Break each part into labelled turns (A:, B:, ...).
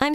A: I'm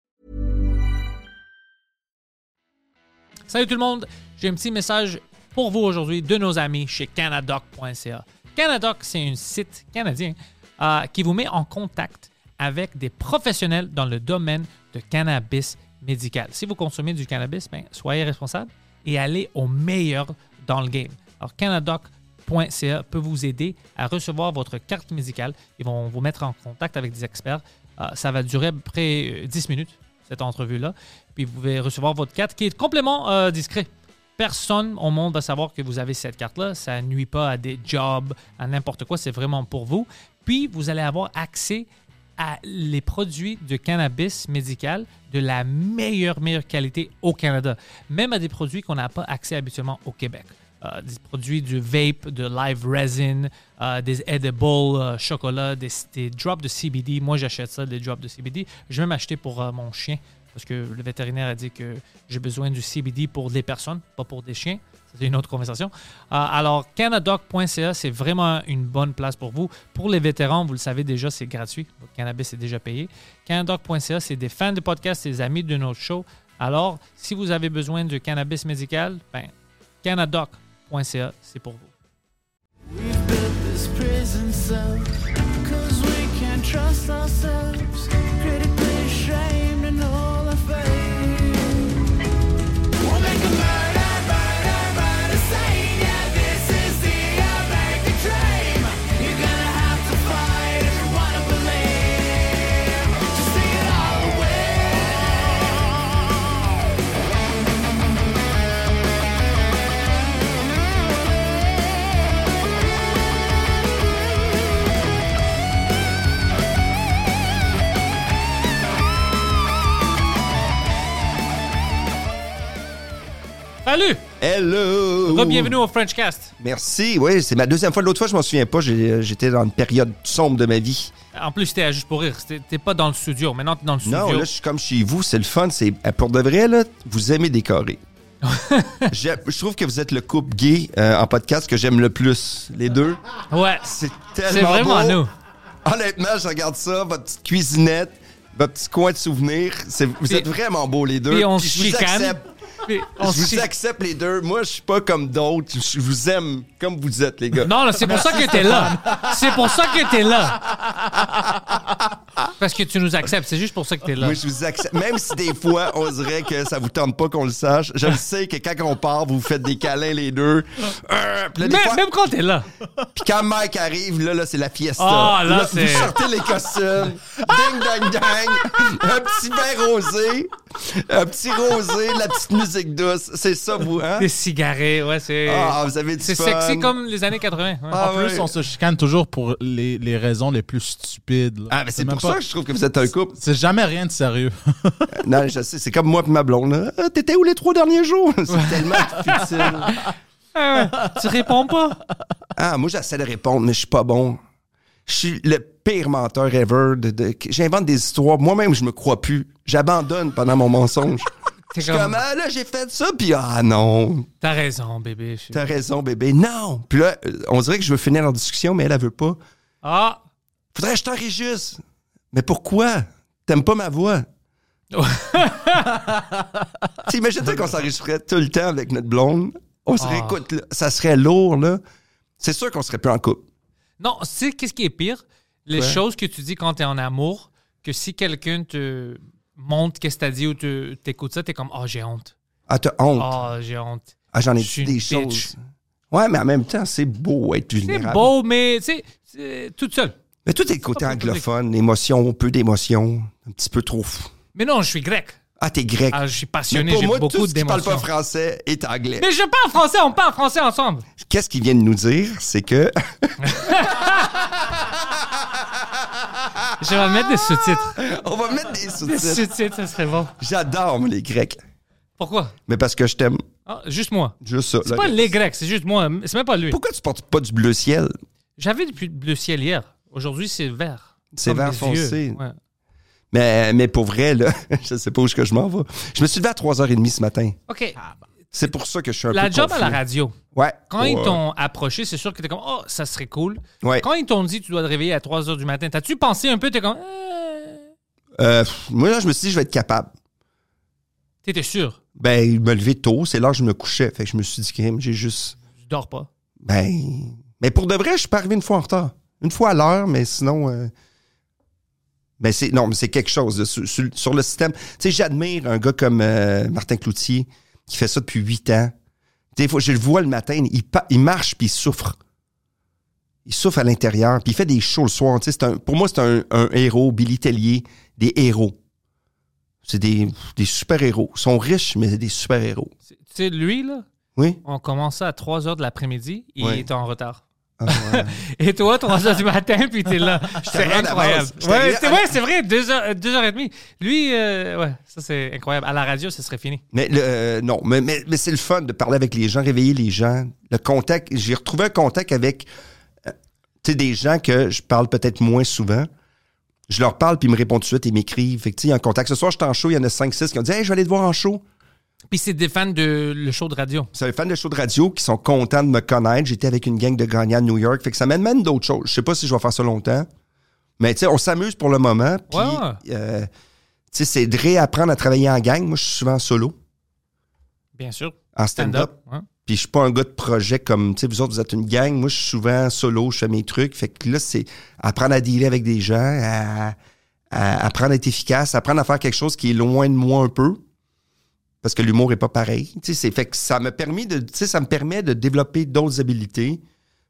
B: Salut tout le monde, j'ai un petit message pour vous aujourd'hui de nos amis chez Canadoc.ca. Canadoc, c'est un site canadien euh, qui vous met en contact avec des professionnels dans le domaine de cannabis médical. Si vous consommez du cannabis, ben, soyez responsable et allez au meilleur dans le game. Alors, Canadoc.ca peut vous aider à recevoir votre carte médicale. Ils vont vous mettre en contact avec des experts. Euh, ça va durer à peu près euh, 10 minutes, cette entrevue-là. Puis vous pouvez recevoir votre carte qui est complètement euh, discret. Personne au monde va savoir que vous avez cette carte-là. Ça nuit pas à des jobs, à n'importe quoi. C'est vraiment pour vous. Puis vous allez avoir accès à les produits de cannabis médical de la meilleure, meilleure qualité au Canada. Même à des produits qu'on n'a pas accès habituellement au Québec. Euh, des produits du vape, de live resin, euh, des edibles, euh, chocolat, des, des drops de CBD. Moi, j'achète ça, des drops de CBD. Je vais m'acheter pour euh, mon chien parce que le vétérinaire a dit que j'ai besoin du CBD pour des personnes, pas pour des chiens. Ça, C'est une autre conversation. Euh, alors, canadoc.ca, c'est vraiment une bonne place pour vous. Pour les vétérans, vous le savez déjà, c'est gratuit. Votre cannabis est déjà payé. Canadoc.ca, c'est des fans de podcast, des amis de notre show. Alors, si vous avez besoin de cannabis médical, ben, canadoc.ca, c'est pour vous.
C: We've built this prison cell Cause we can't trust ourselves Critically ashamed in all our faith We'll make a murder, murder, murder scene Yeah, this is the American dream You're gonna have to fight if you wanna believe To see it all away
B: Salut!
D: Hello!
B: Bienvenue au Frenchcast.
D: Merci. Oui, c'est ma deuxième fois. L'autre fois, je m'en souviens pas. j'ai- euh, J'étais dans une période sombre de ma vie.
B: En plus, t'es à juste pour rire. T'es t'es pas dans le studio. Maintenant, t'es dans le studio.
D: Non, là, je suis comme chez vous. C'est le fun. C'est euh, Pour de vrai, là, vous aimez décorer. J'ai- je trouve que vous êtes le couple gay euh, en podcast que j'aime le plus. Les deux.
B: Ouais.
D: C'est
B: C'est
D: tellement
B: vraiment
D: beau.
B: nous.
D: Honnêtement, je regarde ça, votre petite cuisinette, votre petit coin de souvenirs. C'est- Vous
B: Puis-
D: êtes vraiment beaux, les deux.
B: Puis on
D: Puis
B: se
D: je vous
B: chicane.
D: accepte.
B: Puis
D: Je
B: on se
D: vous
B: chi-
D: accepte les deux. Moi, je suis pas comme d'autres. Je vous aime comme vous êtes, les gars.
B: Non, là, c'est pour ça que t'es là. C'est pour ça que t'es là. Parce que tu nous acceptes. C'est juste pour ça que t'es là.
D: Moi, je vous accepte. Même si des fois, on dirait que ça vous tente pas qu'on le sache. Je le sais que quand on part, vous vous faites des câlins les deux. Euh, puis là, des
B: Même,
D: fois-
B: même quand t'es là.
D: puis quand Mike arrive, là, là c'est la fiesta.
B: Ah, là, c'est-
D: Vous sortez les costumes. ding, dang, dang. Un petit verre rosé. Un petit rosé, de la petite musique douce. C'est ça, vous, hein?
B: Des cigarettes, ouais, c'est.
D: Ah, vous avez du
B: c'est
D: fun.
B: sexy comme les années 80. ouais.
D: Ah,
E: En plus,
D: ouais.
E: on se chicane toujours pour les, les raisons les plus stupides. là.
D: Ah, mais c'est
E: même
D: pour
E: pas-
D: ça que je trouve que vous êtes un couple.
E: C'est jamais rien de sérieux.
D: Non, je sais, c'est comme moi et ma blonde. là. Ah, T'étais où les trois derniers jours? C'est tellement futile.
B: Ah, ouais. Tu réponds pas.
D: Ah, moi, j'essaie de répondre, mais je suis pas bon. Je suis le pire menteur ever. de- de- J'invente des histoires. Moi-même, je me crois plus. J'abandonne pendant mon mensonge.
B: T'es
D: Je suis comme,
B: comme.
D: ah, là, j'ai fait ça, puis ah non,
B: T'as raison, bébé. Je suis-
D: t'as raison, bébé, non. Puis là, euh, on dirait que je veux finir la discussion, mais elle, elle veut pas.
B: Ah.
D: Faudrait que je t'enrichisse. Mais pourquoi? T'aimes pas ma voix? T'imagines-tu qu'on s'enregistrait tout le temps avec notre blonde? On se
B: Ah.
D: réécoute, là. ça serait lourd, là. C'est sûr qu'on serait plus en couple.
B: Non, tu sais, qu'est-ce qui est pire? Les
D: Quoi?
B: choses que tu dis quand t'es en amour, que si quelqu'un te montre qu'est-ce que t'as dit ou te- t'écoutes ça, t'es comme, oh, j'ai honte.
D: Ah, t'as honte.
B: Oh, j'ai honte.
D: Ah, j'en ai
B: Je suis
D: dit des
B: une bitch.
D: choses. Ouais, mais en même temps, c'est beau être
B: C'est
D: vulnérable.
B: beau, mais tu sais, c'est toute seule.
D: Mais tout est le côté
B: pas pour
D: anglophone, l'émotion, peu d'émotion, un petit peu trop fou.
B: Mais non, je suis grec.
D: Ah, t'es grec.
B: Ah, je suis
D: mais
B: passionné,
D: pour
B: j'ai
D: moi,
B: beaucoup
D: tout ce qui parle
B: d'émotions.
D: pas français est anglais.
B: Mais je parle français, on parle français ensemble.
D: Qu'est-ce qu'ils viennent nous dire, c'est que...
B: Je vais mettre des sous-titres.
D: On va mettre des
B: Des
D: sous-titres.
B: sous-titres, ça serait bon.
D: J'adore, moi, les Grecs.
B: Pourquoi?
D: Mais parce que je t'aime.
B: Ah, juste moi.
D: Juste ça.
B: C'est
D: là.
B: pas les Grecs, c'est juste moi. C'est même pas lui.
D: Pourquoi tu portes pas du bleu ciel?
B: J'avais du bleu ciel hier. Aujourd'hui, c'est vert.
D: C'est
B: Comme
D: vert
B: mes
D: foncé.
B: yeux. Ouais.
D: Mais, mais pour vrai, là, je sais pas où est-ce que je m'en vais. Je me suis levé à 3h30 ce matin.
B: OK.
D: C'est pour ça que je suis un
B: La
D: Ah, peu
B: job à
D: confus.
B: la radio.
D: Ouais.
B: Quand ils t'ont approché, c'est sûr que t'es comme, oh, ça serait cool.
D: euh, Ouais.
B: Quand ils t'ont dit, tu dois te réveiller à 3 h du matin, t'as-tu pensé un peu, t'es comme, Euh,
D: Euh, pff, moi, là, je me suis dit, je vais être capable.
B: t'étais sûr,
D: Ben, me lever tôt, c'est là que je me couchais. Fait que je me suis dit, crime, j'ai juste.
B: tu dors pas.
D: Ben. Mais pour de vrai, je suis pas arrivé une fois en retard. Une fois à l'heure, mais sinon. euh, Ben, c'est. Non, mais c'est quelque chose. là, sur, sur- sur le système. Tu sais, j'admire un gars comme euh, Martin Cloutier, qui fait ça depuis huit ans. Des fois, je le vois le matin, il, pa- il marche puis il souffre. Il souffre à l'intérieur, puis il fait des shows le soir. Tu sais, c'est un- pour moi, c'est un, un héros, Billy Tellier, des héros. C'est des, des super-héros. Ils sont riches, mais c'est des super-héros.
B: C'est- Tu sais, lui, là,
D: Oui?
B: on commençait à 3 h de l'après-midi, il
D: Ouais.
B: était en retard.
D: Ah, ouais.
B: Et toi, 3 h du matin, puis t'es là. C'est
D: arrivé à
B: incroyable.
D: l'avance. J'étais
B: Ouais,
D: arrivé
B: c'est
D: à-
B: ouais, c'est vrai, euh, 2h30. Lui, euh, ouais, ça c'est incroyable. À la radio, ce serait fini.
D: Mais le- euh, non, mais, mais, mais c'est le fun de parler avec les gens, réveiller les gens. Le contact, j'ai retrouvé un contact avec euh, tu sais, des gens que je parle peut-être moins souvent. Je leur parle, puis ils me répondent tout de suite et m'écrivent. Fait que, tu sais, il y a un contact. Ce soir, j'étais en show, il y en a 5-6 qui ont dit Hey, je vais aller te voir en show.
B: Puis c'est des fans de le show de radio.
D: C'est des fans de show de radio qui sont contents de me connaître. J'étais avec une gang de gagnants de New York. Fait que ça m'amène d'autres choses. Je sais pas si je vais faire ça longtemps. Mais tu sais, on s'amuse pour le moment. Puis,
B: Ouais.
D: euh, tu sais, c'est de réapprendre à travailler en gang. Moi, je suis souvent en solo,
B: Bien sûr.
D: en stand-up.
B: hein.
D: Puis je suis pas un gars de projet comme, tu sais, vous autres, vous êtes une gang. Moi, je suis souvent solo, je fais mes trucs. Fait que là, c'est apprendre à dealer avec des gens, à, à- apprendre à être efficace, apprendre à faire quelque chose qui est loin de moi un peu. Parce que l'humour est pas pareil. Tu sais, c'est fait que ça me permet de, tu sais, ça me permet de développer d'autres habiletés.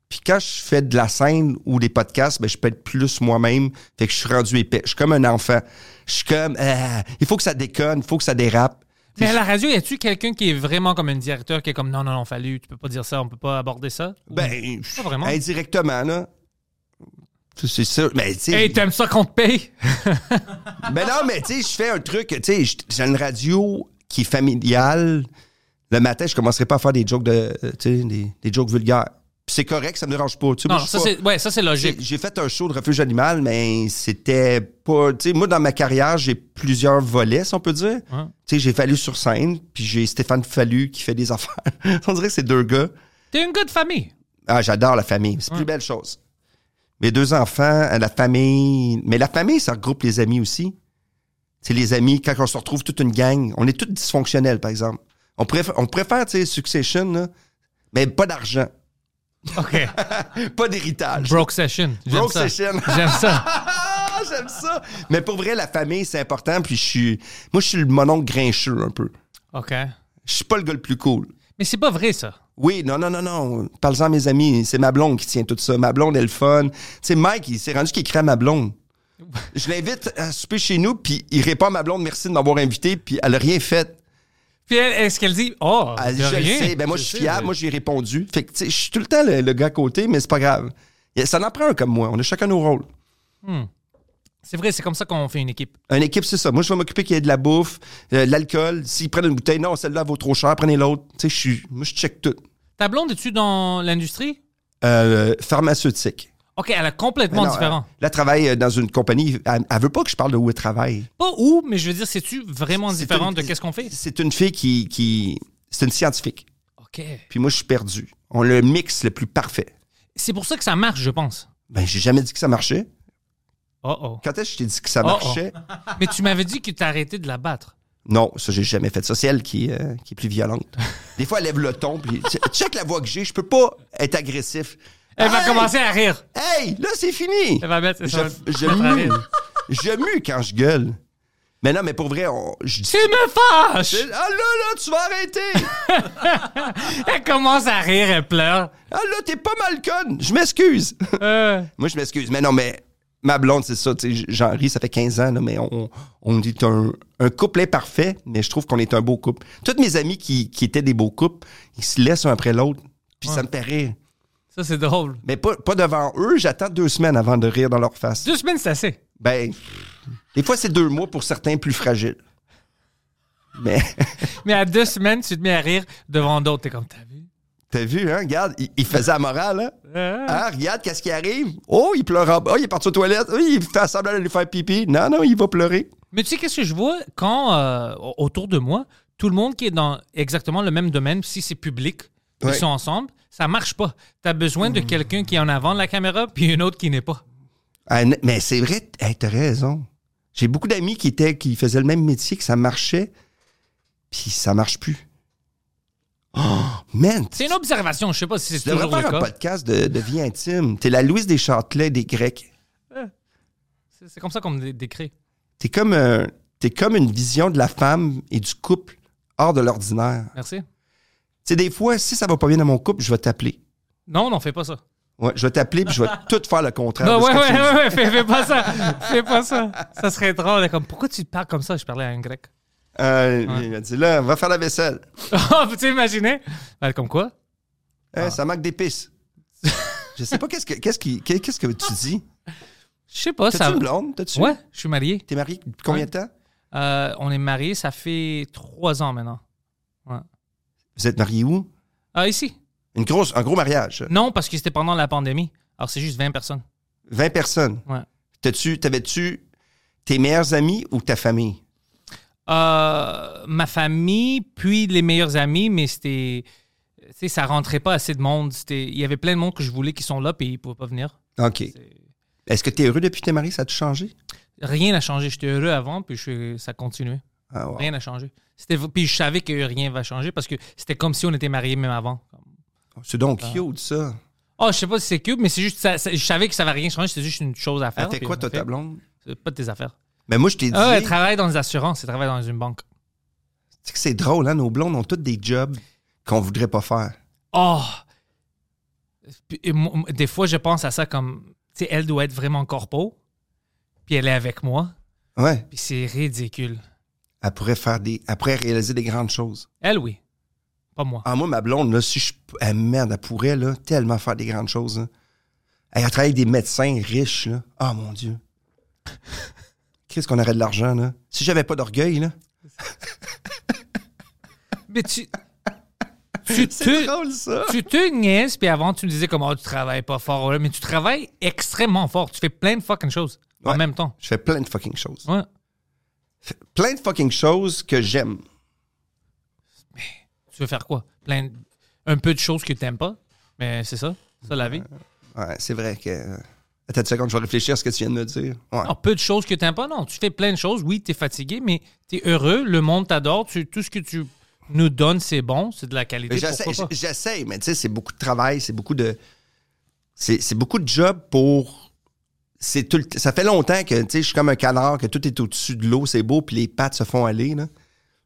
D: Puis quand je fais de la scène ou des podcasts, ben, je peux être plus moi-même. Fait que je suis rendu épais. Je suis comme un enfant. Je suis comme, Ah, il faut que ça déconne, il faut que ça dérape.
B: Mais à la radio, y a-tu quelqu'un qui est vraiment comme un directeur qui est comme non, non, non, fallu, tu peux pas dire ça, on peut pas aborder ça? Ou-
D: Ben,
B: Pas vraiment.
D: indirectement, là. C'est ça. Mais, tu sais,
B: Hey, t'aimes ça qu'on te paye?
D: mais non, mais tu sais, je fais un truc. Tu sais, je- j'ai une radio qui est familiale. Le matin, je commencerai pas à faire des jokes de, euh, tu sais, des, des jokes vulgaires. Puis c'est correct, ça me dérange pas. Tu sais,
B: Non,
D: moi,
B: non,
D: je
B: ça
D: suis pas-
B: c'est ouais, ça, c'est
D: j'ai-
B: logique.
D: J'ai fait un show de refuge animal, mais c'était pas. Tu sais, moi, dans ma carrière, j'ai plusieurs volets, si on peut dire.
B: Ouais.
D: Tu sais, j'ai Fallu sur scène, puis j'ai Stéphane Fallu qui fait des affaires. on dirait que c'est deux gars.
B: T'es un gars de famille.
D: Ah, j'adore la famille. C'est la plus belle chose. Mes deux enfants, euh, la famille. Mais la famille, ça regroupe les amis aussi. C'est les amis, quand on se retrouve toute une gang, on est tous dysfonctionnels, par exemple. On préfère, on préfère tu sais, Succession, là, mais pas d'argent,
B: OK.
D: pas d'héritage.
B: Broke session. J'aime
D: Broke
B: ça.
D: session.
B: J'aime ça.
D: Ah, J'aime ça. Mais pour vrai, la famille, c'est important. Puis je suis. Moi, je suis le mononcle grincheux un peu.
B: OK.
D: Je suis pas le gars le plus cool.
B: Mais c'est pas vrai, ça.
D: Oui, non, non, non, non. Parle-en à mes amis. C'est ma blonde qui tient tout ça. Ma blonde, elle est le fun. Tu sais, Mike, il s'est rendu qu'il écrit à ma blonde. Je l'invite à souper chez nous, puis il répond à ma blonde merci de m'avoir invité, puis elle n'a rien fait.
B: Puis elle, est-ce qu'elle dit, oh,
D: Elle,
B: de
D: je le
B: rien.
D: sais. Ben, moi, je
B: Je
D: suis
B: sais,
D: fiable.
B: mais-
D: Moi, j'ai répondu. Fait que, tu sais, je suis tout le temps le, le gars à côté, mais c'est pas grave. Et Ça en prend un comme moi. On a chacun nos rôles.
B: C'est vrai, c'est comme ça qu'on fait une équipe.
D: Une équipe, c'est ça. Moi, je vais m'occuper qu'il y ait de la bouffe, euh, de l'alcool. S'ils prennent une bouteille, non, celle-là vaut trop cher, prenez l'autre. Tu sais, je suis. Moi, je check tout.
B: Ta blonde, es-tu dans l'industrie?
D: Euh, pharmaceutique.
B: OK, elle est complètement
D: Non,
B: différente.
D: euh, Là, elle travaille euh, dans une compagnie. Elle, elle veut pas que je parle de où elle travaille.
B: Pas où, mais je veux dire, c'est-tu vraiment
D: C'est
B: différent
D: une-
B: de qu'est-ce qu'on fait?
D: C'est une fille qui. qui c'est une scientifique.
B: OK.
D: Puis moi, je suis perdu. On le mixe le plus parfait.
B: C'est pour ça que ça marche, je pense.
D: Ben, j'ai jamais dit que ça marchait.
B: Oh, oh.
D: Quand est-ce que je t'ai dit que ça
B: Oh, oh.
D: marchait?
B: Mais tu m'avais dit que t'as arrêté de la battre.
D: Non, ça, j'ai jamais fait ça. C'est elle qui, euh, qui est plus violente. Des fois, elle lève le ton. Puis, tu- check la voix que j'ai. Je peux pas être agressif.
B: Elle va
D: Hey!
B: commencer à rire.
D: Hey, là, c'est fini.
B: Elle va mettre.
D: je,
B: ça va
D: je
B: mettre à
D: mue.
B: rire.
D: Je mue quand je gueule. Mais non, mais pour vrai, on- je dis.
B: Tu me fâches!
D: Ah là, là, tu vas arrêter!
B: Elle commence à rire, elle pleure.
D: Ah là, t'es pas mal conne. Je m'excuse.
B: Euh,
D: Moi, je m'excuse. Mais non, mais ma blonde, c'est ça. tu sais, J'en ris, ça fait 15 ans, là, mais on, on est un, un couple imparfait, mais je trouve qu'on est un beau couple. Toutes mes amis qui, qui étaient des beaux couples, ils se laissent un après l'autre, puis ça me fait rire.
B: ça, c'est drôle.
D: Mais pas, pas devant eux, j'attends deux semaines avant de rire dans leur face.
B: Deux semaines, c'est assez.
D: Ben, des fois, c'est deux mois pour certains plus fragiles. Mais
B: Mais à deux semaines, tu te mets à rire devant d'autres. T'es comme, t'as vu?
D: t'as vu, hein? Regarde, il, il faisait la morale, hein?
B: Ah.
D: Ah, regarde, qu'est-ce qui arrive? Oh, il pleure en bas. Oh, il est parti aux toilettes. Oh, il fait semblant de lui faire pipi. Non, non, il va pleurer.
B: Mais tu sais, qu'est-ce que je vois quand, euh, au- autour de moi, tout le monde qui est dans exactement le même domaine, si c'est public,
D: Ouais.
B: ils sont ensemble, ça marche pas. T'as besoin de quelqu'un qui est en avant de la caméra, puis une autre qui n'est pas.
D: Ah, n- mais c'est vrai, t- hey, t'as raison. J'ai beaucoup d'amis qui étaient, qui faisaient le même métier, que ça marchait, puis ça marche plus. Oh, man!
B: C'est une observation, je sais pas si
D: Tu
B: c'est
D: devrais
B: toujours le
D: faire un
B: cas.
D: podcast de, de vie intime. T'es la Louise des Châtelets des Grecs.
B: C'est- C'est comme ça qu'on me dé- décrit.
D: T'es comme, un- t'es comme une vision de la femme et du couple hors de l'ordinaire.
B: Merci.
D: Tu sais, des fois, si ça va pas bien dans mon couple, je vais t'appeler.
B: Non, non, fais pas ça.
D: Ouais, je vais t'appeler puis je vais tout faire le contraire.
B: Non,
D: de ce
B: ouais,
D: que
B: ouais,
D: tu
B: ouais, ouais, fais, fais pas ça. fais pas ça. Ça serait drôle. Comme, pourquoi tu parles comme ça? Je parlais à un grec.
D: dis. Euh, Il a dit là, va faire la vaisselle.
B: Oh, tu imaginer? Ben, comme quoi?
D: Hein,
B: Ah.
D: Ça manque d'épices. je sais pas qu'est-ce que qu'est-ce qui- qu'est-ce que tu dis.
B: Je sais pas.
D: T'as-tu
B: Ah, Ça...
D: une blonde? T'as-tu?
B: Ouais, je suis marié.
D: T'es marié depuis combien de temps?
B: Euh, on est mariés, ça fait trois ans maintenant.
D: Vous êtes marié où?
B: Ah, ici?
D: Une grosse, un gros mariage.
B: Non, parce que c'était pendant la pandémie. Alors, c'est juste 20 personnes.
D: 20 personnes.
B: Ouais.
D: T'as-tu, t'avais-tu tes meilleurs amis ou ta famille?
B: Euh, ma famille, puis les meilleurs amis, mais c'était. Tu sais, ça rentrait pas assez de monde. C'était- Il y avait plein de monde que je voulais qui sont là, puis ils pouvaient pas venir.
D: OK. Est-ce que t'es heureux depuis que t'es marié? Ça a-tu changé?
B: Rien n'a changé. J'étais heureux avant, puis je- ça continuait.
D: Ah, wow.
B: Rien n'a changé. C'était, puis je savais que rien va changer parce que c'était comme si on était mariés même avant.
D: C'est donc
B: Ah.
D: cute, ça.
B: Oh, je sais pas si c'est cube, mais c'est juste, ça- ça- je savais que ça va rien changer. C'était juste une chose à faire.
D: Elle fait
B: puis
D: quoi,
B: on
D: toi,
B: fait.
D: ta blonde?
B: C'est Pas de tes affaires.
D: Mais moi, je t'ai dit,
B: Ah, elle travaille dans les assurances, elle travaille dans une banque.
D: tu sais que c'est drôle, hein? Nos blondes ont toutes des jobs qu'on voudrait pas faire.
B: Oh! Puis, et moi- moi, des fois, je pense à ça comme, tu sais, elle doit être vraiment corpo, puis elle est avec moi,
D: Ouais.
B: puis c'est ridicule.
D: Elle pourrait faire des. Elle pourrait réaliser des grandes choses.
B: Elle, oui. Pas moi.
D: Ah, moi, ma blonde, là, si je. Elle, merde, elle pourrait, là, tellement faire des grandes choses. là. Elle, elle travaille avec des médecins riches, là. Ah, mon Dieu. Qu'est-ce qu'on aurait de l'argent, là? Si j'avais pas d'orgueil, là.
B: Mais tu. tu
D: C'est
B: te.
D: drôle, ça.
B: tu te niaises, puis avant, tu me disais comme, oh, tu travailles pas fort, ouais, mais tu travailles extrêmement fort. Tu fais plein de fucking choses en
D: Ouais.
B: même temps.
D: Je fais plein de fucking choses.
B: Ouais.
D: Plein de fucking choses que j'aime.
B: Tu veux faire quoi? Plein de- Un peu de choses que t'aimes pas, mais c'est ça, ça la vie.
D: Ouais, c'est vrai que. Attends une seconde, je vais réfléchir à ce que tu viens de me dire. Ouais.
B: Alors, peu de choses que t'aimes pas, non. Tu fais plein de choses, oui, t'es fatigué, mais t'es heureux, le monde t'adore, tu... tout ce que tu nous donnes, c'est bon, c'est de la qualité.
D: Mais j'essaie-
B: pourquoi pas?
D: J'essaie, mais tu sais, c'est beaucoup de travail, c'est beaucoup de. C'est c'est beaucoup de job pour. C'est tout le t- Ça fait longtemps que tu sais, je suis comme un canard, que tout est au-dessus de l'eau, c'est beau, puis les pattes se font aller. Là.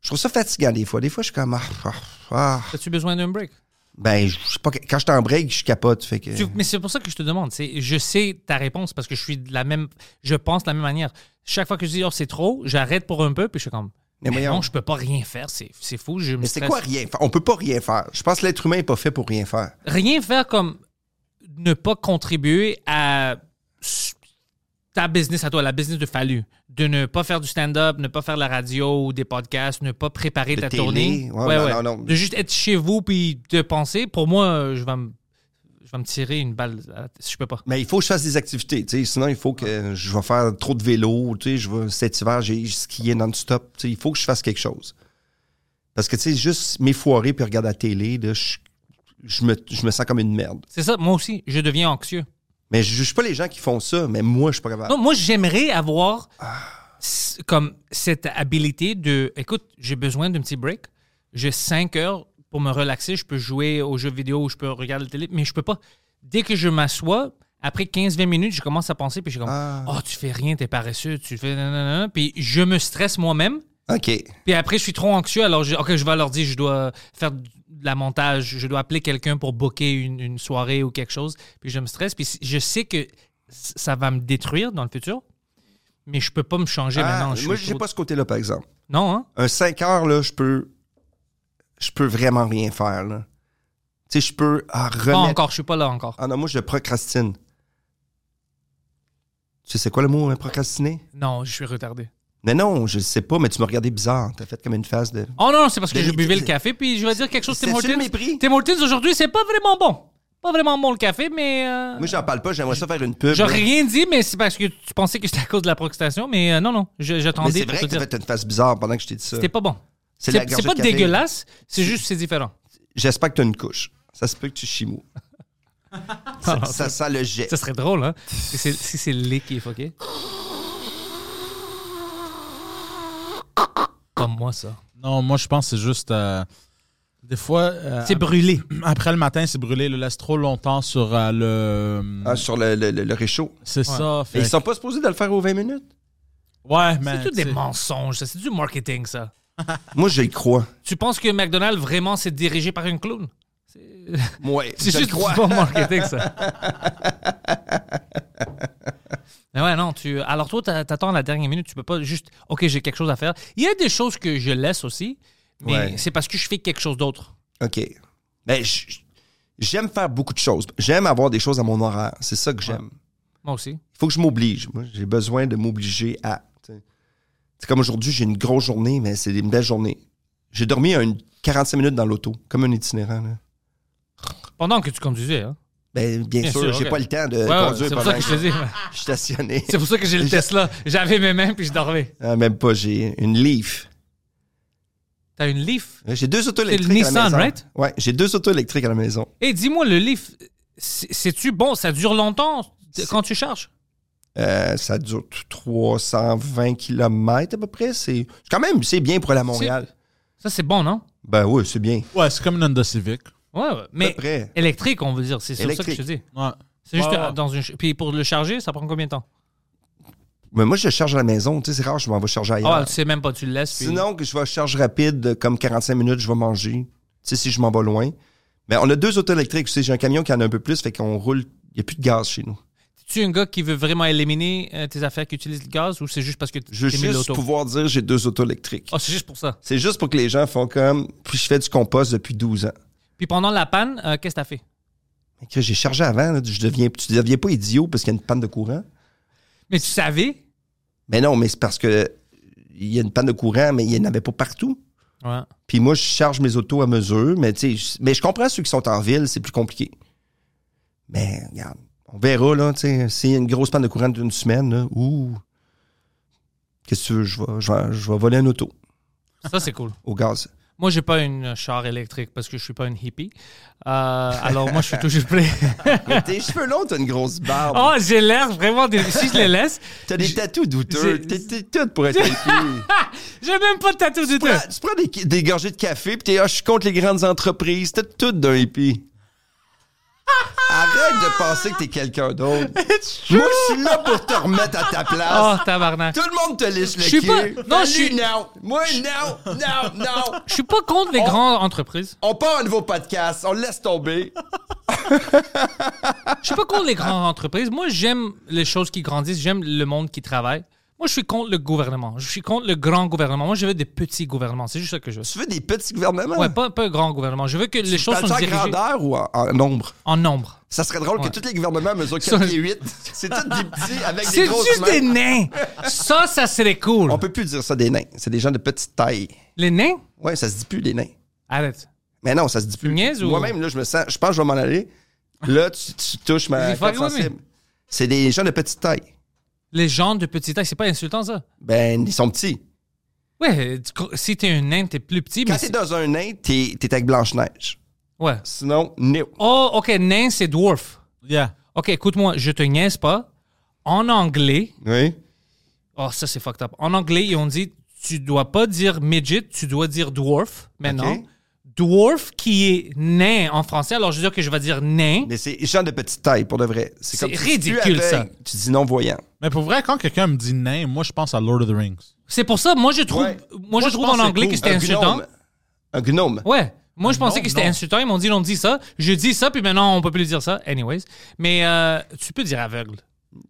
D: Je trouve ça fatigant des fois. Des fois, je suis comme. Ah, ah, ah.
B: As-tu besoin d'un break?
D: Ben, je sais pas. Quand je t'en break, je capote. Fait que...
B: Tu- mais c'est pour ça que je te demande. c'est- Je sais ta réponse parce que je suis de la même. Je pense de la même manière. Chaque fois que je dis oh c'est trop, j'arrête pour un peu puis je suis comme.
D: Mais
B: Mais
D: voyons.
B: non, je peux pas rien faire. C'est c'est fou. Je me
D: Mais c'est
B: stresse.
D: quoi rien faire? On peut pas rien faire. Je pense que l'être humain est pas fait pour rien faire.
B: Rien faire comme ne pas contribuer à s- ta business à toi, la business de Fallu, de ne pas faire du stand-up, ne pas faire la radio ou des podcasts, ne pas préparer
D: De
B: ta
D: télé.
B: tournée,
D: Ouais, non, non, non.
B: de juste être chez vous puis de penser. Pour moi, euh, je vais me, je vais me tirer une balle à- si je peux pas.
D: Mais il faut que je fasse des activités, tu sais. Sinon, il faut que je vais faire trop de vélo, tu sais. Je vais, cet hiver, j'ai skié non-stop. Tu sais, il faut que je fasse quelque chose. Parce que, tu sais, juste m'effoirer puis regarder la télé, là, je, je me, je me sens comme une merde.
B: C'est ça. Moi aussi, je deviens anxieux.
D: Mais je juge pas les gens qui font ça, mais moi, je suis pas capable.
B: Non, moi, j'aimerais avoir s- comme cette habilité de, écoute, j'ai besoin d'un petit break. J'ai cinq heures pour me relaxer. Je peux jouer aux jeux vidéo, je peux regarder la télé, mais je peux pas. Dès que je m'assois, après 15-20 minutes, je commence à penser, puis je suis comme, oh, tu fais rien, t'es paresseux, tu fais nanana. Puis je me stresse moi-même.
D: OK.
B: Puis après, je suis trop anxieux, alors je, ok, je vais leur dire, je dois faire de la montage, je dois appeler quelqu'un pour booker une, une soirée ou quelque chose. Puis je me stresse, puis si- je sais que c- ça va me détruire dans le futur, mais je peux pas me changer
D: Ah,
B: maintenant. je
D: moi,
B: suis
D: j'ai
B: trop-
D: pas ce côté-là, par exemple.
B: Non, hein?
D: Un 5 heures, là, je peux. Je peux vraiment rien faire, là. Tu sais, je peux ah,
B: Pas
D: remettre.
B: encore, je suis pas là encore.
D: Ah non, moi, je procrastine. sais, c'est quoi le mot, hein, procrastiner?
B: Non, je suis retardé.
D: Mais non, je le sais pas, mais tu m'as regardé bizarre. T'as fait comme une face de.
B: Oh non, non, c'est parce que
D: Ben,
B: je
D: il-
B: buvais le café, puis je vais dire quelque chose, Tim
D: C'est-tu le
B: Hortons.
D: mépris?
B: Tim Hortons, aujourd'hui, c'est pas vraiment bon. Pas vraiment bon le café, mais. euh,
D: Moi, j'en parle pas, j'aimerais ça faire une pub.
B: J'aurais
D: là.
B: rien dit, mais c'est parce que tu pensais que c'était à cause de la procrastination, mais euh, non, non, je-
D: Mais
B: j'attendais
D: c'est
B: pour
D: vrai
B: te
D: que t'as
B: dire.
D: fait une face bizarre pendant que je t'ai dit ça.
B: C'était pas bon.
D: C'est
B: C'est
D: la
B: c'est
D: gorgée
B: pas
D: de café.
B: dégueulasse, c'est juste que c'est différent.
D: J'espère que t'as une couche. Ça se peut que tu chimou.
B: non,
D: ça, ça sent le jet.
B: Ah, Ça serait drôle, hein? Si c'est- si c'est le lait qui est fucké. Comme moi, ça.
E: Non, moi, je pense que c'est juste. euh, des fois. euh,
B: C'est brûlé.
E: après le matin, c'est brûlé. Le laisse trop longtemps sur euh, le.
D: Ah, sur le, le, le- le réchaud.
E: c'est ça.
D: Et
E: fait
D: ils
E: que-
D: sont pas supposés de le faire aux 20 minutes.
E: Ouais, mais.
B: C'est tout des
E: tu sais,
B: mensonges, ça. C'est du marketing, ça.
D: Moi, j'y crois.
B: Tu penses que McDonald's vraiment c'est dirigé par une clown?
D: Ouais,
B: C'est
D: je le
B: juste
D: crois.
B: du bon marketing, ça. Mais ouais, non, tu. Alors, toi, t'a- t'attends la dernière minute, tu peux pas juste. OK, j'ai quelque chose à faire. Il y a des choses que je laisse aussi, mais
D: Ouais.
B: c'est parce que je fais quelque chose d'autre.
D: OK. Ben, j- j- j'aime faire beaucoup de choses. J'aime avoir des choses à mon horaire. C'est ça que j'aime.
B: Moi aussi.
D: Il faut que je m'oblige. Moi, j'ai besoin de m'obliger à. tu sais. C'est comme aujourd'hui, j'ai une grosse journée, mais c'est une belle journée. J'ai dormi une 45 minutes dans l'auto, comme un itinérant. là.
B: Pendant que tu conduisais, hein.
D: Ben, bien,
B: Bien
D: sûr,
B: sûr,
D: j'ai
B: ok.
D: pas le temps de
B: Ouais, ouais,
D: conduire
B: c'est pour
D: pendant
B: ça que je te dis. ouais.
D: je suis stationné.
B: C'est pour ça que j'ai le
D: J'ai-
B: Tesla. J'avais mes mains puis je dormais.
D: Ah, même pas, j'ai une Leaf.
B: T'as une Leaf.
D: J'ai deux autos
B: le
D: électriques à la
B: Nissan,
D: maison.
B: right?
D: Ouais, j'ai deux autos électriques à la maison.
B: Et Eh, dis-moi, le Leaf, c'est- c'est-tu bon? Ça dure longtemps t- quand tu charges?
D: Euh, ça dure t- 320 km à peu près. C'est c'est quand même, c'est bien pour aller à Montréal.
B: Ça, c'est bon, non?
D: Ben oui, c'est bien.
E: Ouais, c'est comme une Honda Civic.
B: Ouais, ouais. Mais
D: près.
B: électrique, on veut dire. C'est sur ça que je te
D: Électrique.
B: dis.
E: Ouais.
B: C'est juste
E: Ouais,
B: euh,
E: ouais.
B: dans une. ch- Puis pour le charger, ça prend combien de temps?
D: Mais moi, je charge à la maison. Tu sais, c'est rare, je m'en vais charger ailleurs.
B: Ah, tu sais même pas, tu le laisses. puis-
D: Sinon, que je vais à charge rapide, euh, comme 45 minutes, je vais manger. Tu sais, si je m'en vais loin. Mais on a deux autos électriques. Tu sais, j'ai un camion qui en a un peu plus, fait qu'on roule. Il n'y a plus de gaz chez nous.
B: Tu es un gars qui veut vraiment éliminer euh, tes affaires qui utilisent le gaz ou c'est juste parce que tu
D: Je veux
B: mis
D: juste
B: l'auto?
D: pouvoir dire j'ai deux autos électriques.
B: Ah, c'est juste pour ça.
D: C'est juste pour que les gens font comme. Puis je fais du compost depuis 12 ans.
B: Puis pendant la panne, euh, qu'est-ce que t'as fait?
D: Mais que J'ai chargé avant. là, je deviens, tu ne deviens pas idiot parce qu'il y a une panne de courant.
B: Mais tu savais?
D: Mais non, mais c'est parce que il y a une panne de courant, mais il n'y en avait pas partout.
B: Ouais.
D: Puis moi, je charge mes autos à mesure, mais tu sais, je- mais je comprends ceux qui sont en ville, c'est plus compliqué. Mais regarde, on verra, là, tu sais, s'il y a une grosse panne de courant d'une semaine, là, ouh, qu'est-ce que tu veux, je vais, je, vais, je vais voler un auto
B: Ça, c'est cool.
D: au gaz.
B: Moi, j'ai pas une char électrique parce que je suis pas une hippie. Euh, alors, moi, je suis toujours prêt.
D: Mais tes cheveux longs, t'as une grosse barbe,
B: oh, j'ai l'air vraiment. dé- Si je les laisse,
D: t'as des tatous douteux,
B: j'ai-
D: t'es t'es tout pour être hippie.
B: j'ai même pas de tatou du tout.
D: Ah, tu prends des, des gorgées de café, puis t'es, ah, je suis contre les grandes entreprises, t'es tout d'un hippie. Arrête de penser que t'es quelqu'un d'autre. Moi, je suis là pour te remettre à ta
B: Oh,
D: place.
B: tabarnak.
D: Tout le monde te lisse le
B: Je suis
D: cul.
B: pas- non, je suis-
D: Non, moi, non, non, non.
B: Je suis pas contre
D: Oh.
B: les grandes entreprises.
D: On part un nouveau podcast, on le laisse tomber.
B: Je suis pas contre les grandes entreprises. Moi, j'aime les choses qui grandissent. J'aime le monde qui travaille. Moi, je suis contre le gouvernement. Je suis contre le grand gouvernement. Moi, je veux des petits gouvernements. C'est juste ça que je veux.
D: Tu veux des petits gouvernements?
B: Ouais, pas, pas un grand gouvernement. Je veux que les choses
D: Parles-tu
B: sont
D: en
B: dirigées
D: grandeur ou en, en nombre?
B: en nombre.
D: Ça serait drôle
B: Ouais.
D: que tous les gouvernements mesurent
B: Sont-
D: 4 pieds 8. C'est tous des petits avec
B: C'est
D: des grosses
B: juste
D: mains.
B: des nains. Ça, ça serait cool.
D: On peut plus dire ça des nains. C'est des gens de petite taille.
B: Les nains?
D: Ouais, ça se dit plus, les nains.
B: Arrête.
D: Mais non, ça se dit plus.
B: niaises ou-
D: Moi-même, là, je me sens. Je pense que je vais m'en aller. Là, tu, tu touches ma.
B: Il faut
D: corde
B: que oui, mais-
D: sensible. C'est des gens de petite taille.
B: Les gens de petite taille, c'est pas insultant, ça.
D: Ben, ils sont petits.
B: Ouais, tu cro- si t'es un nain, t'es plus petit.
D: Quand
B: mais
D: t'es
B: c'est-
D: dans un nain, t'es t'es avec Blanche-Neige.
B: Ouais.
D: Sinon, no.
B: Oh, OK, nain, c'est dwarf.
E: Yeah.
B: OK, écoute-moi, je te niaise pas. En anglais,
D: Oui.
B: oh, ça, c'est fucked up. En anglais, ils ont dit, tu dois pas dire midget, tu dois dire dwarf maintenant.
D: OK.
B: Dwarf qui est nain en français, alors je veux dire que je vais dire nain.
D: Mais c'est gens de petite taille, pour de vrai.
B: C'est
D: comme si tu
B: ridicule,
D: avais-
B: ça.
D: Tu dis non-voyant.
E: Mais pour vrai, quand quelqu'un me dit nain, moi, je pense à Lord of the Rings.
B: C'est pour ça, moi, je trouve,
D: Ouais.
B: moi, je
E: je
B: trouve
E: pense
B: en
E: que
B: anglais
E: c'est
B: que
E: cool.
B: c'était insultant.
D: gnome. Un gnome.
B: Ouais. Moi, je pensais
E: non,
B: que c'était
E: non.
B: insultant. Ils m'ont dit, on dit ça. Je dis ça, puis maintenant, on peut plus dire ça. Anyways. Mais euh, tu peux dire aveugle.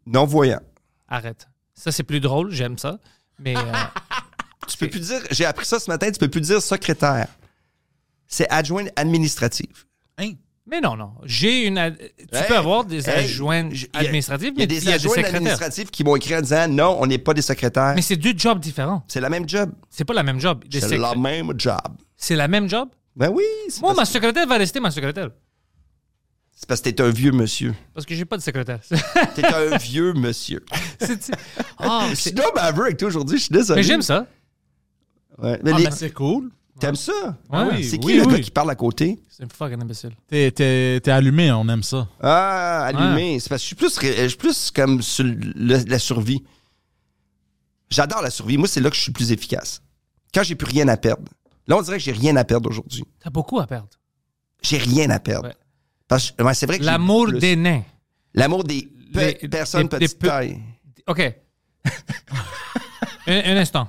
D: Non-voyant.
B: Arrête. Ça, c'est plus drôle. J'aime ça. Mais euh,
D: Tu peux plus dire. J'ai appris ça ce matin, tu peux plus dire secrétaire. C'est adjoint administrative.
E: Hein?
B: Mais non, non. J'ai une. ad- Tu
D: Hey,
B: peux avoir des
D: hey,
B: adjointes
D: j- y a-
B: administratives,
D: Il y
B: mais
D: a
B: puis
D: des adjoints
B: secrétaires.
D: administratifs qui m'ont écrit en disant non, on n'est pas des secrétaires.
B: Mais c'est deux jobs différents.
D: C'est la même job.
B: C'est pas la même job. Des
D: C'est
B: secré-
D: la même job.
B: C'est la même job.
D: Ben oui, c'est
B: Moi,
D: parce,
B: ma secrétaire va rester ma secrétaire.
D: c'est parce que t'es un vieux monsieur.
B: Parce que j'ai pas de secrétaire.
D: T'es un vieux monsieur.
B: C'est- Ah,
D: Je suis
B: c'est-
D: donc baveux avec toi aujourd'hui, je suis désolé.
B: mais j'aime ça.
D: Ouais, mais
B: Ah,
D: les-
B: ben,
E: C'est cool.
D: T'aimes ça?
B: Ouais.
E: oui.
D: C'est qui le gars qui parle à côté?
B: C'est un fucking imbécile.
E: T'es, t'es- t'es allumé, on aime ça.
D: Ah, allumé. C'est parce que je suis plus, ré- je suis plus comme sur le- la survie. J'adore la survie. Moi, c'est là que je suis le plus efficace. Quand j'ai plus rien à perdre. Là, on dirait que j'ai rien à perdre aujourd'hui.
B: T'as beaucoup à perdre.
D: J'ai rien à perdre.
B: Ouais.
D: Parce que ouais, c'est vrai que j'ai
B: L'amour
D: plus.
B: des nains.
D: l'amour des pe-
B: Les-
D: personnes
B: des- des
D: petite
B: pe-
D: taille.
B: OK. un, un instant.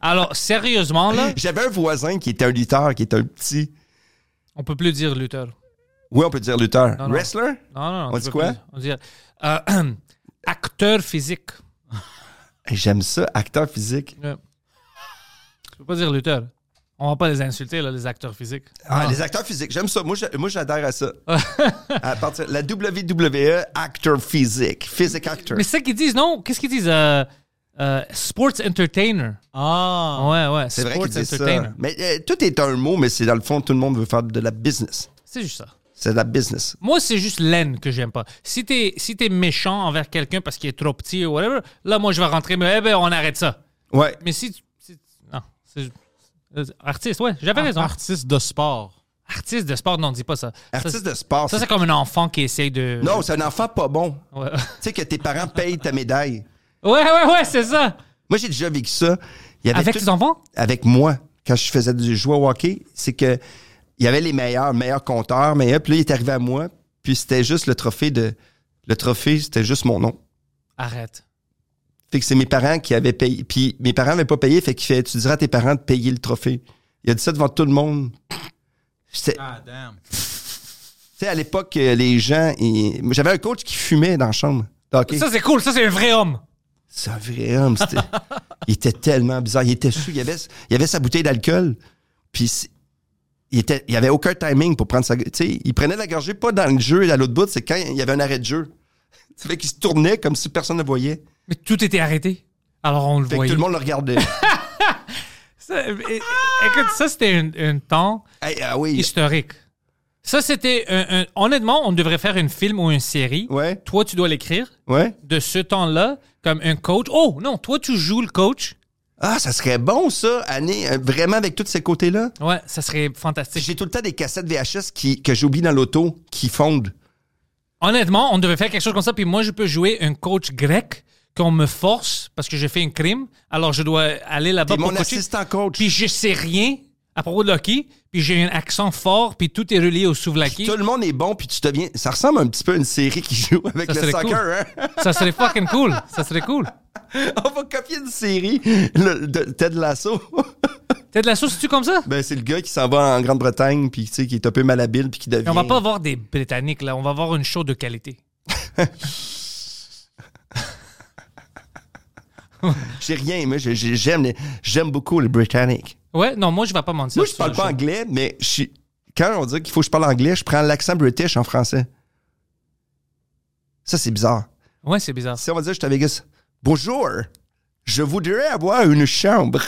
B: Alors, sérieusement, là,
D: J'avais un voisin qui était un lutteur, qui était un petit.
B: on peut plus dire lutteur.
D: Oui, on peut dire lutteur.
B: Non, non.
D: Wrestler?
B: Non, non, non.
D: On
B: tu
D: dit
B: peux
D: quoi?
B: plus. On dit euh, acteur physique.
D: Hey, J'aime ça, acteur physique.
B: Ouais. Tu peux pas dire lutteur. On va pas les insulter, là, les acteurs physiques.
D: Ah, Les acteurs physiques, j'aime ça. Moi, j'a- moi, j'adhère à ça.
B: Ah.
D: à partir la WWE, acteur physique. Physique actor.
B: Mais c'est ça qu'ils disent, non? Qu'est-ce qu'ils disent? Euh, euh, sports entertainer.
E: Ah.
B: Ouais, ouais.
D: C'est vrai
B: sports
D: qu'il dit ça.
B: entertainer.
D: Mais euh, tout est un mot, mais c'est dans le fond, tout le monde veut faire de la business.
B: C'est juste ça.
D: C'est de la business.
B: Moi, c'est juste l'aine que j'aime pas. Si t'es si t'es méchant envers quelqu'un parce qu'il est trop petit ou whatever, là, moi, je vais rentrer, mais eh ben, on arrête ça.
D: Ouais.
B: Mais si. tu- si- non. c'est- euh, Artiste, ouais, j'avais raison.
E: Artiste de sport.
B: Artiste de sport, non, dis pas ça.
D: Artiste
B: ça,
D: de sport.
B: ça,
D: c'est-
B: c'est comme un enfant qui essaye de.
D: Non, c'est un enfant pas bon.
B: Ouais,
D: Tu sais que tes parents payent ta médaille.
B: ouais, ouais, ouais, c'est ça.
D: Moi, j'ai déjà vécu ça. Il y avait
B: Avec
D: tout-
B: tes enfants?
D: Avec moi, quand je faisais du jouer au hockey, c'est que il y avait les meilleurs, meilleurs compteurs, meilleurs. Puis là, il est arrivé à moi. Puis c'était juste le trophée de. Le trophée, c'était juste mon nom.
B: Arrête.
D: Fait que c'est mes parents qui avaient payé. Puis mes parents n'avaient pas payé. Fait qu'il fait Tu diras à tes parents de payer le trophée. Il a dit ça devant tout le monde. C'était-
E: Ah, damn.
D: Tu sais, à l'époque, euh, les gens. ils- Moi, J'avais un coach qui fumait dans la chambre. de hockey.
B: Ça, c'est cool. Ça, c'est un vrai homme.
D: C'est un vrai homme. c'était- il était tellement bizarre. Il était sous. Il avait, il avait sa bouteille d'alcool. Puis c'est- il était, il avait aucun timing pour prendre sa. Tu sais, il prenait la gorgée pas dans le jeu et à l'autre bout. C'est quand il y avait un arrêt de jeu. Ça fait qu'il se tournait comme si personne ne le voyait.
B: Mais tout était arrêté. Alors, on le
D: Fait que
B: voyait.
D: tout le monde le regardait.
B: Ça, euh, écoute, ça, c'était un- un temps.
D: Hey, ah oui.
B: historique. Ça, c'était un, un- Honnêtement, on devrait faire un film ou une série.
D: Ouais.
B: Toi, tu dois l'écrire
D: Ouais.
B: de ce temps-là comme un coach. Oh, non, toi, tu joues le coach.
D: Ah, ça serait bon, ça, année, euh, vraiment avec tous ces côtés-là.
B: Ouais, ça serait fantastique.
D: J'ai tout le temps des cassettes VHS qui, que j'oublie dans l'auto qui fondent.
B: Honnêtement, on devrait faire quelque chose comme ça. Puis moi, je peux jouer un coach grec qu'on me force parce que j'ai fait un crime. Alors, je dois aller là-bas
D: T'es
B: pour
D: mon
B: coacher.
D: assistant coach.
B: Puis je sais rien à propos de Loki. Puis j'ai un accent fort. Puis tout est relié au souvlaki.
D: Tout le monde est bon, puis tu deviens. Ça ressemble un petit peu à une série qui joue avec
B: Ça
D: le
B: serait
D: soccer,
B: cool.
D: hein?
B: Ça serait fucking cool. Ça serait cool.
D: On va copier une série le, de Ted Lasso.
B: T'as de la sauce, tu comme ça?
D: ben, c'est le gars qui s'en va en Grande-Bretagne, puis tu sais, qui est un peu malhabile, puis qui devient.
B: Mais on va pas avoir des Britanniques, là. On va avoir une show de qualité.
D: J'ai rien, moi, j'ai- j'ai- j'aime, les- j'aime beaucoup les Britanniques.
B: Ouais, non, moi, je vais pas mentir.
D: Moi, je
B: sur
D: parle
B: le
D: pas
B: show.
D: anglais, mais je suis- quand on dit qu'il faut que je parle anglais, je prends l'accent british en français. Ça, c'est bizarre.
B: Ouais, c'est bizarre.
D: Si on va dire, je suis à Vegas, bonjour, je voudrais avoir une chambre.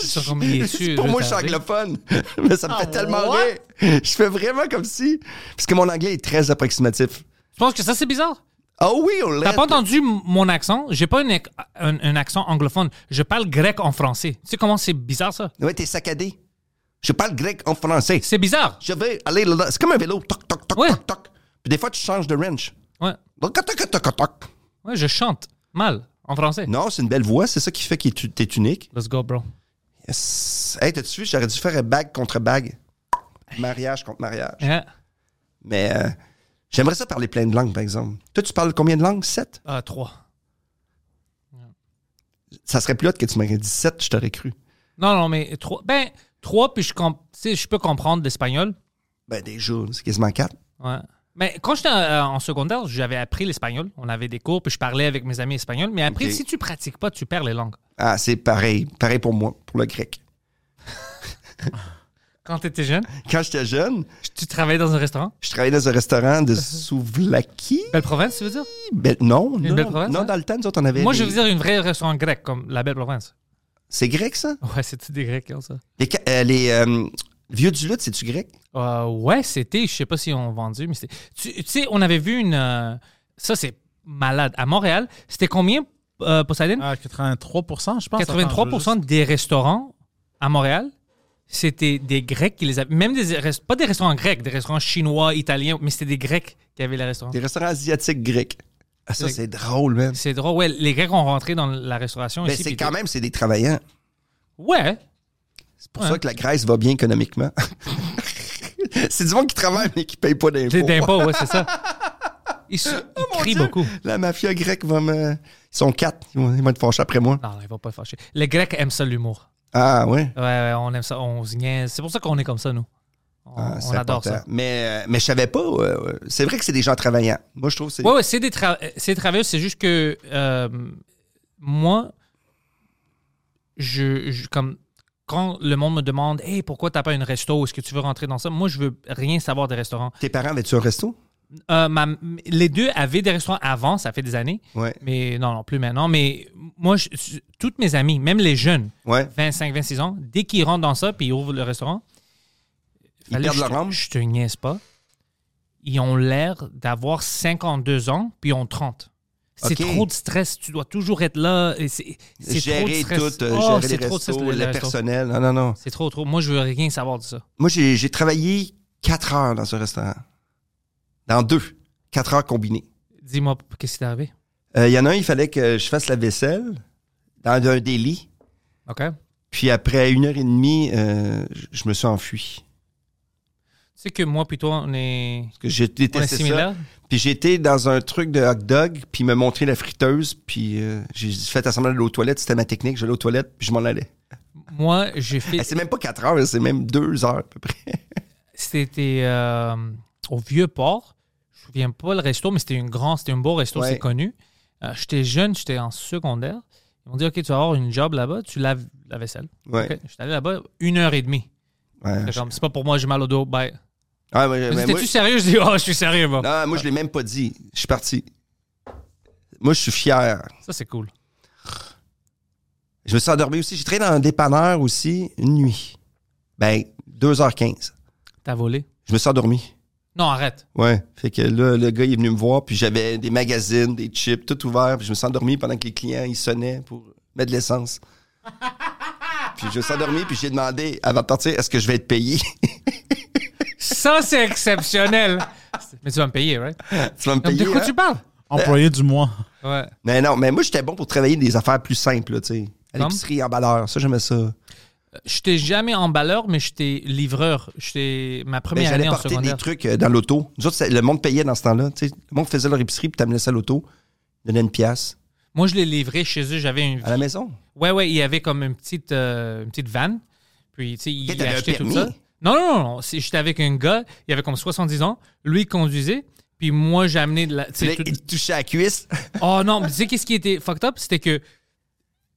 B: sont comme des
D: C'est
B: yeux
D: Pour moi, je suis
B: retardés.
D: anglophone, mais ça me fait tellement rire. Je fais vraiment comme si, parce que mon anglais est très approximatif.
B: Tu penses que ça, c'est bizarre?
D: Ah oui, on
B: T'as
D: l'a.
B: pas entendu m- mon accent? J'ai pas un, ac- un- un accent anglophone. Je parle grec en français. Tu sais comment c'est bizarre, ça?
D: Ouais, t'es saccadé. Je parle grec en français.
B: C'est bizarre.
D: Je vais aller là-dedans. C'est comme un vélo. Toc, toc, toc,
B: Ouais.
D: toc, toc. Puis des fois, tu changes de wrench.
B: Ouais.
D: Toc, toc, toc, toc, toc.
B: Ouais, je chante mal en français.
D: Non, c'est une belle voix. C'est ça qui fait que tu- t'es unique.
B: Let's go, bro.
D: Yes. Hey, t'as-tu vu? J'aurais dû faire un bague contre bague. Mariage contre mariage.
B: Yeah.
D: Mais euh, j'aimerais ça parler plein de langues, par exemple. Toi, tu parles combien de langues? Sept?
B: Ah, trois.
D: Ça serait plus hot que tu m'aurais dit sept, je t'aurais cru.
B: Non, non, mais trois. Ben, trois, puis je, comp- tu sais, je peux comprendre l'espagnol.
D: Ben déjà, c'est quasiment quatre.
B: Ouais. Mais quand j'étais euh, en secondaire, j'avais appris l'espagnol. On avait des cours, puis je parlais avec mes amis espagnols. Mais après,
D: Ok.
B: si tu pratiques pas, tu perds les langues.
D: Ah, c'est pareil. Pareil pour moi, pour le grec.
B: Quand tu étais jeune,
D: Quand j'étais jeune,
B: tu travaillais dans un restaurant.
D: je travaillais dans un restaurant de Souvlaki.
B: Belle province, tu veux dire?
D: Ben, non,
B: Uh-huh. Une
D: non,
B: belle province,
D: non
B: hein?
D: dans le temps, nous autres, on avait.
B: Moi, je
D: des-
B: veux dire une vraie restaurant grec, comme la belle province.
D: C'est grec, ça?
B: Ouais, c'était des Grecs, hein, ça.
D: Les, ca- euh, les, euh, vieux du lutte, c'est-tu grec?
B: Euh, ouais, c'était, je sais pas si on vendu, mais c'était. Tu, tu sais, on avait vu une. euh, ça, c'est malade. À Montréal, c'était combien, euh, Poseidon?
E: Ah, 83 je pense. Attends, je veux
B: 83
E: juste-
B: des restaurants à Montréal, c'était des Grecs qui les avaient. Même des rest- pas des restaurants grecs, des restaurants chinois, italiens, mais c'était des Grecs qui avaient les restaurants.
D: Des restaurants asiatiques grecs. Ah, ça,
B: Grec.
D: c'est drôle, man.
B: C'est drôle. Ouais, les Grecs ont rentré dans la restauration
D: Ben,
B: ici.
D: c'est
B: puis-
D: quand même, c'est des travaillants.
B: Ouais.
D: C'est pour
B: Ouais.
D: ça que la Grèce va bien économiquement. c'est du monde qui travaille, mais qui paye pas
B: C'est
D: d'impôts.
B: d'impôts, ouais, c'est ça. Ils, se- ils crient
D: Oh Dieu.
B: beaucoup.
D: La mafia grecque va me. Ils sont quatre. Ils vont ils vont être fâchés après moi.
B: Non, non, ils vont pas fâcher. Les Grecs aiment ça, l'humour.
D: Ah, ouais.
B: Ouais, ouais, on aime ça, on se niaise. C'est pour ça qu'on est comme ça, nous. On,
D: Ah, c'est
B: on adore
D: important.
B: ça.
D: Mais, euh, mais je savais pas. euh, c'est vrai que c'est des gens travaillants. Moi, je trouve que c'est.
B: Ouais, ouais, c'est des, tra- euh, c'est des travailleurs, c'est juste que euh, moi, je, je- comme quand le monde me demande, hey, pourquoi t'as pas une resto, est-ce que tu veux rentrer dans ça, moi, je veux rien savoir des restaurants.
D: Tes parents avaient-tu un resto?
B: Euh, ma- les deux avaient des restaurants avant, ça fait des années,
D: Ouais.
B: mais non, non, plus maintenant. Mais moi, je- je- toutes mes amies, même les jeunes,
D: Ouais.
B: 25, 26 ans, dès qu'ils rentrent dans ça puis ils ouvrent le restaurant,
D: Ils
B: fallait-
D: perdent
B: je
D: leur
B: te-
D: âme.
B: Je te niaise pas. Ils ont l'air d'avoir 52 ans puis ils ont 30. C'est
D: Ok.
B: trop de stress. Tu dois toujours être là. et C'est c'est trop de
D: Gérer
B: stress.
D: tout, euh,
B: Oh,
D: gérer
B: c'est
D: les
B: trop de stress,
D: restos,
B: le- le
D: le
B: resto.
D: personnel. Non, non, non.
B: C'est trop, trop. Moi, je veux rien savoir de ça.
D: Moi, j'ai j'ai travaillé quatre heures dans ce restaurant. Dans deux. Quatre heures combinées.
B: Dis-moi, qu'est-ce qui t'est arrivé?
D: Euh, Il y en a un, il fallait que je fasse la vaisselle dans un délit.
B: OK? Tu
D: Puis après une heure et demie, euh, je- je me suis enfui.
B: sais que moi, puis toi, on est,
D: Parce que j'ai
B: on est
D: détesté ça.
B: similaires.
D: Puis j'étais dans un truc de hot dog, puis il m'a montré la friteuse, puis euh, j'ai fait assembler de l'eau aux toilettes. C'était ma technique. J'allais aux toilettes, puis je m'en allais.
B: Moi, j'ai
D: Eh,
B: fait.
D: C'est même pas quatre heures, c'est même deux heures à peu près.
B: C'était euh, au Vieux-Port. Je me souviens pas le resto, mais c'était une grande, c'était un beau resto,
D: Ouais.
B: c'est connu. Euh, j'étais jeune, j'étais en secondaire. Ils m'ont dit, OK, tu vas avoir une job là-bas, tu laves la vaisselle.
D: Ouais.
B: OK. J'étais allé là-bas une heure et demie.
D: Ah, Ouais.
B: J'étais comme, c'est pas pour moi, j'ai mal au dos, bye.
D: Ah, ouais,
B: Mais
D: mais
B: T'es-tu
D: moi,
B: sérieux? Je dis, oh, je suis sérieux, moi.
D: non, moi, je l'ai même pas dit. Je suis parti. Moi, je suis fier.
B: Ça, c'est cool.
D: Je me suis endormi aussi. J'ai travaillé dans un dépanneur aussi, une nuit. Ben, 2h15.
B: T'as volé?
D: Je me suis endormi.
B: Non, arrête.
D: Ouais. Fait que là, le gars, il est venu me voir, puis j'avais des magazines, des chips, tout ouvert, puis je me suis endormi pendant que les clients, ils sonnaient pour mettre de l'essence. Puis je me suis endormi, puis j'ai demandé, avant de partir, est-ce que je vais être payé?
B: Ça, c'est exceptionnel. mais tu vas me payer, right?
D: tu vas me
B: Comme,
D: payer?
B: de quoi
D: hein?
B: tu parles?
E: Employé du mois.
B: Ouais.
D: Mais non, mais moi, j'étais bon pour travailler des affaires plus simples, là, tu sais. À
B: Comme?
D: l'épicerie, en balleur, ça, j'aimais ça.
B: J'étais jamais emballeur, mais j'étais livreur. J'étais ma
D: Mais
B: première
D: Ben, j'allais
B: année en
D: porter des
B: secondaire.
D: trucs euh, dans l'auto. Nous autres, c'est- le monde payait dans ce temps-là. tu sais. Le monde faisait leur épicerie, puis t'amenais ça à l'auto, donnait une pièce.
B: Moi, je l'ai livré chez eux. J'avais une.
D: À la maison?
B: Ouais, ouais, il y avait comme une petite, euh, une petite van. Puis, tu sais, il
D: Et t'avais un
B: achetait tout
D: permis?
B: ça. Non, non, non. non. C'est- J'étais avec un gars, il avait comme 70 ans. Lui, il conduisait. Puis moi, j'ai amené de la. tu sais,
D: Puis là,
B: tout-
D: il te touchait à la cuisse.
B: Oh non, mais tu sais qu'est-ce qui était fucked up? C'était que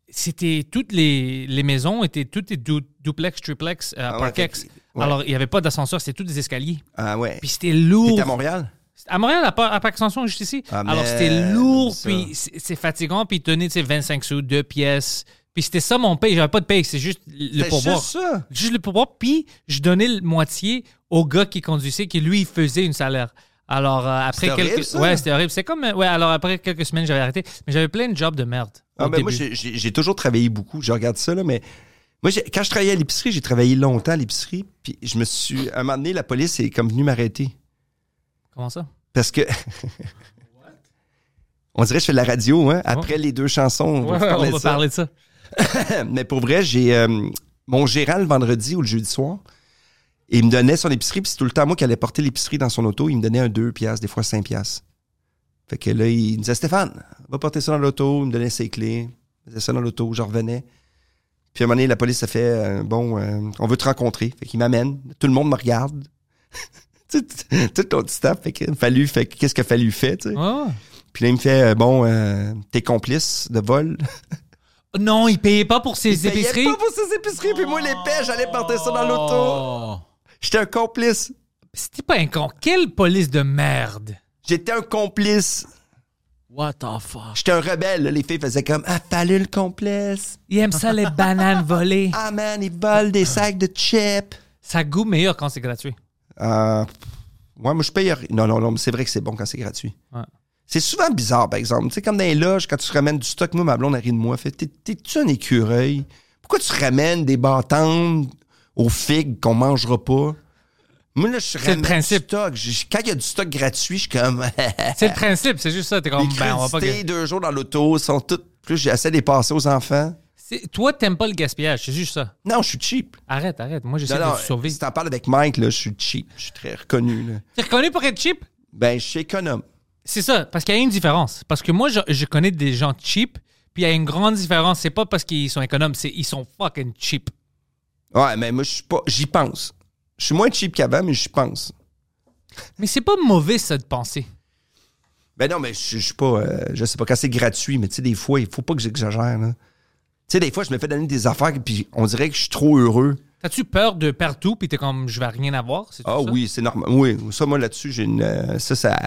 B: c'était toutes les, les maisons étaient toutes des du- duplex, triplex, euh,
D: Ah ouais,
B: parkex.
D: fait que- ouais.
B: Alors, il n'y avait pas d'ascenseur, c'était tous des escaliers.
D: Ah ouais.
B: Puis c'était lourd.
D: T'étais à Montréal?
B: À Montréal, à part, à part extension, juste ici.
D: Ah,
B: Alors,
D: mais-
B: c'était lourd,
D: ça.
B: puis c'est c'est fatigant, puis tenez, tu sais, 25 sous, deux pièces. Puis c'était ça mon paye. J'avais pas de paye, c'est juste le
D: C'est
B: pourboire.
D: juste ça.
B: Juste le pourboire. Puis je donnais le moitié au gars qui conduisait, qui lui, il faisait une salaire. Alors, euh, après
D: C'était
B: quelques.
D: horrible, ça.
B: Ouais, c'était horrible. C'est comme. euh, Ouais, alors après quelques semaines, j'avais arrêté. Mais j'avais plein de jobs de merde.
D: Ah,
B: au
D: ben, moi,
B: début.
D: j'ai- j'ai j'ai toujours travaillé beaucoup. Je regarde ça, là, mais moi, j'ai- quand je travaillais à l'épicerie, j'ai travaillé longtemps à l'épicerie. Puis je me suis. À un moment donné, la police est comme venue m'arrêter.
B: Comment ça?
D: Parce que. On dirait que je fais de la radio, hein? Après les deux chansons, on va
B: Ouais,
D: vous
B: on
D: parler de
B: va
D: ça.
B: parler de ça.
D: Mais pour vrai, j'ai euh, mon gérant le vendredi ou le jeudi soir. et Il me donnait son épicerie, puis c'est tout le temps moi qui allais porter l'épicerie dans son auto. Il me donnait un 2 piastres, des fois 5 piastres. Fait que là, il me disait Stéphane, va porter ça dans l'auto. Il me donnait ses clés. Il faisait ça dans l'auto. Je revenais. Puis à un moment donné, la police a fait euh, Bon, euh, on veut te rencontrer. Fait qu'il m'amène. Tout le monde me regarde. tout, tout ton petit staff. Fait que, fallu, fait que, qu'est-ce que fallu fait, tu sais.
B: Ouais, ouais.
D: Puis là, il me fait euh, Bon, euh, t'es complice de vol.
B: Non, il payait pas pour ses
D: Il payait
B: épiceries.
D: pas pour ses épiceries, puis moi, l'épais, j'allais porter ça dans l'auto.
E: Oh.
D: J'étais un complice.
B: C'était pas un con. Quelle police de merde.
D: J'étais un complice.
E: What the fuck?
D: J'étais un rebelle. là. Les filles faisaient comme Ah, fallu le complice.
B: Il aime ça les bananes volées.
D: Ah, man, ils volent des sacs de chips.
B: Ça goûte meilleur quand c'est gratuit.
D: Euh, ouais, moi, je paye. rien. Non, non, non, mais c'est vrai que c'est bon quand c'est gratuit.
B: Ouais.
D: C'est souvent bizarre, par exemple. Tu sais, comme dans les loges, quand tu ramènes du stock, moi, ma blonde, elle rit de moi. Fait, T'es- t'es-tu un écureuil? Pourquoi tu ramènes des bâtons aux figues qu'on mangera pas? Moi, là, je ramène
B: principe.
D: du stock. Je- quand il y a du stock gratuit, je suis comme.
B: C'est le principe, c'est juste ça. T'es
D: les
B: comme, ben, on va pas.
D: crudités, deux jours dans l'auto, sont toutes. Plus j'essaie de les passer aux enfants.
B: C'est- Toi, t'aimes pas le gaspillage, c'est juste ça.
D: Non, je suis cheap.
B: Arrête, arrête. Moi, j'essaie
D: Non, non,
B: de te sauver.
D: Si t'en parles avec Mike, là, je suis cheap. Je suis très reconnu. là.
B: T'es reconnu pour être cheap?
D: Ben, je suis économe.
B: C'est ça, parce qu'il y a une différence. Parce que moi, je, je connais des gens cheap, puis il y a une grande différence. C'est pas parce qu'ils sont économes, c'est ils sont fucking cheap.
D: Ouais, mais moi, je suis pas. J'y pense. Je suis moins cheap qu'avant, mais j'y pense.
B: Mais c'est pas mauvais, ça, de penser.
D: Ben non, mais je je suis pas. euh, je sais pas quand c'est gratuit, mais tu sais, des fois, il faut pas que j'exagère, là. Tu sais, des fois, je me fais donner des affaires, puis on dirait que je suis trop heureux.
B: T'as-tu peur de perdre tout, puis t'es comme, je vais rien avoir? c'est tout
D: Ah
B: ça?
D: oui, c'est normal. Oui, ça, moi, là-dessus, j'ai une. euh, ça, ça,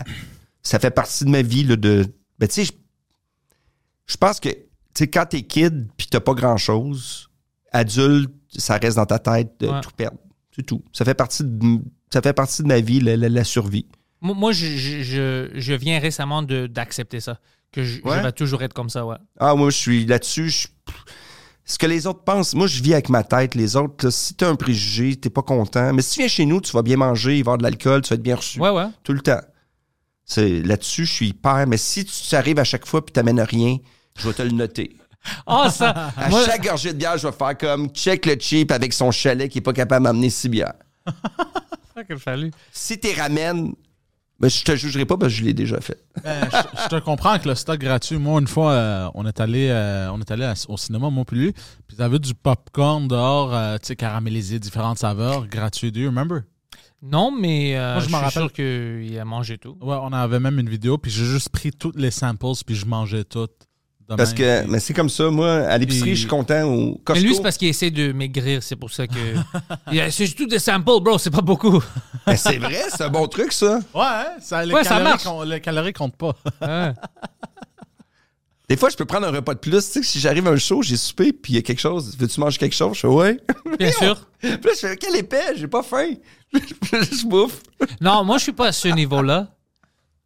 D: ça fait partie de ma vie, là, de. Ben, tu sais, je- je pense que, tu sais, quand t'es kid, puis t'as pas grand-chose, adulte, ça reste dans ta tête de
B: Ouais.
D: tout perdre. C'est tout. Ça fait partie de. Ça fait partie de ma vie, la- la- la survie.
B: Moi, moi, je, je, je- je viens récemment de- d'accepter ça. Que je, je
D: Ouais?
B: vais toujours être comme ça, ouais.
D: Ah, moi, je suis là-dessus. je- Ce que les autres pensent, moi, je vis avec ma tête. Les autres, là, si t'as un préjugé, t'es pas content. Mais si tu viens chez nous, tu vas bien manger, il va y avoir de l'alcool, tu vas être bien reçu.
B: Ouais, ouais.
D: Tout le temps. C'est, là-dessus, je suis hyper. Mais si tu arrives à chaque fois puis t'amènes rien, je vais te le noter.
B: Ah, ça!
D: À
B: moi-
D: chaque gorgée de bière, je vais faire comme check le cheap avec son chalet qui est pas capable d'amener six bières.
B: Ah, quel fallu.
D: Si t'es ramènes, ben, je te jugerai pas parce que je l'ai déjà fait.
E: Ben, je, je te comprends que le stock gratuit, moi, une fois, euh, on est allé, euh, on est allé à- au cinéma, moi plus lui, puis t'avais du popcorn dehors, euh, tu sais, caramélisé, différentes saveurs, gratuit. Do you remember?
B: Non, mais euh,
E: Moi,
B: je,
E: je m'en
B: suis sûr
E: rappelle.
B: qu'il a mangé tout.
E: Ouais, on avait même une vidéo, puis j'ai juste pris toutes les samples, puis je mangeais toutes. de
B: Ah
D: Parce
E: même,
D: que,
E: puis-
D: mais c'est comme ça, moi, à l'épicerie,
E: Puis-
D: je suis content. Au Costco,
B: ben, Mais lui, c'est parce qu'il essaie de maigrir, c'est pour ça que. Il a- c'est tout des samples, bro, c'est pas beaucoup.
D: Ben, c'est vrai, c'est un bon truc, ça.
E: Ouais, hein, ça, les
B: Ouais, ça
E: calories,
B: marche.
E: com- les calories comptent pas.
B: Hein?
D: Des fois, je peux prendre un repas de plus. Tu sais, si j'arrive à un show, j'ai soupé, puis il y a quelque chose. Veux-tu manger quelque chose? Je fais ouais.
B: Bien sûr.
D: puis là, je fais quel épais, j'ai pas faim. je bouffe.
B: Non, moi, je suis pas à ce niveau-là.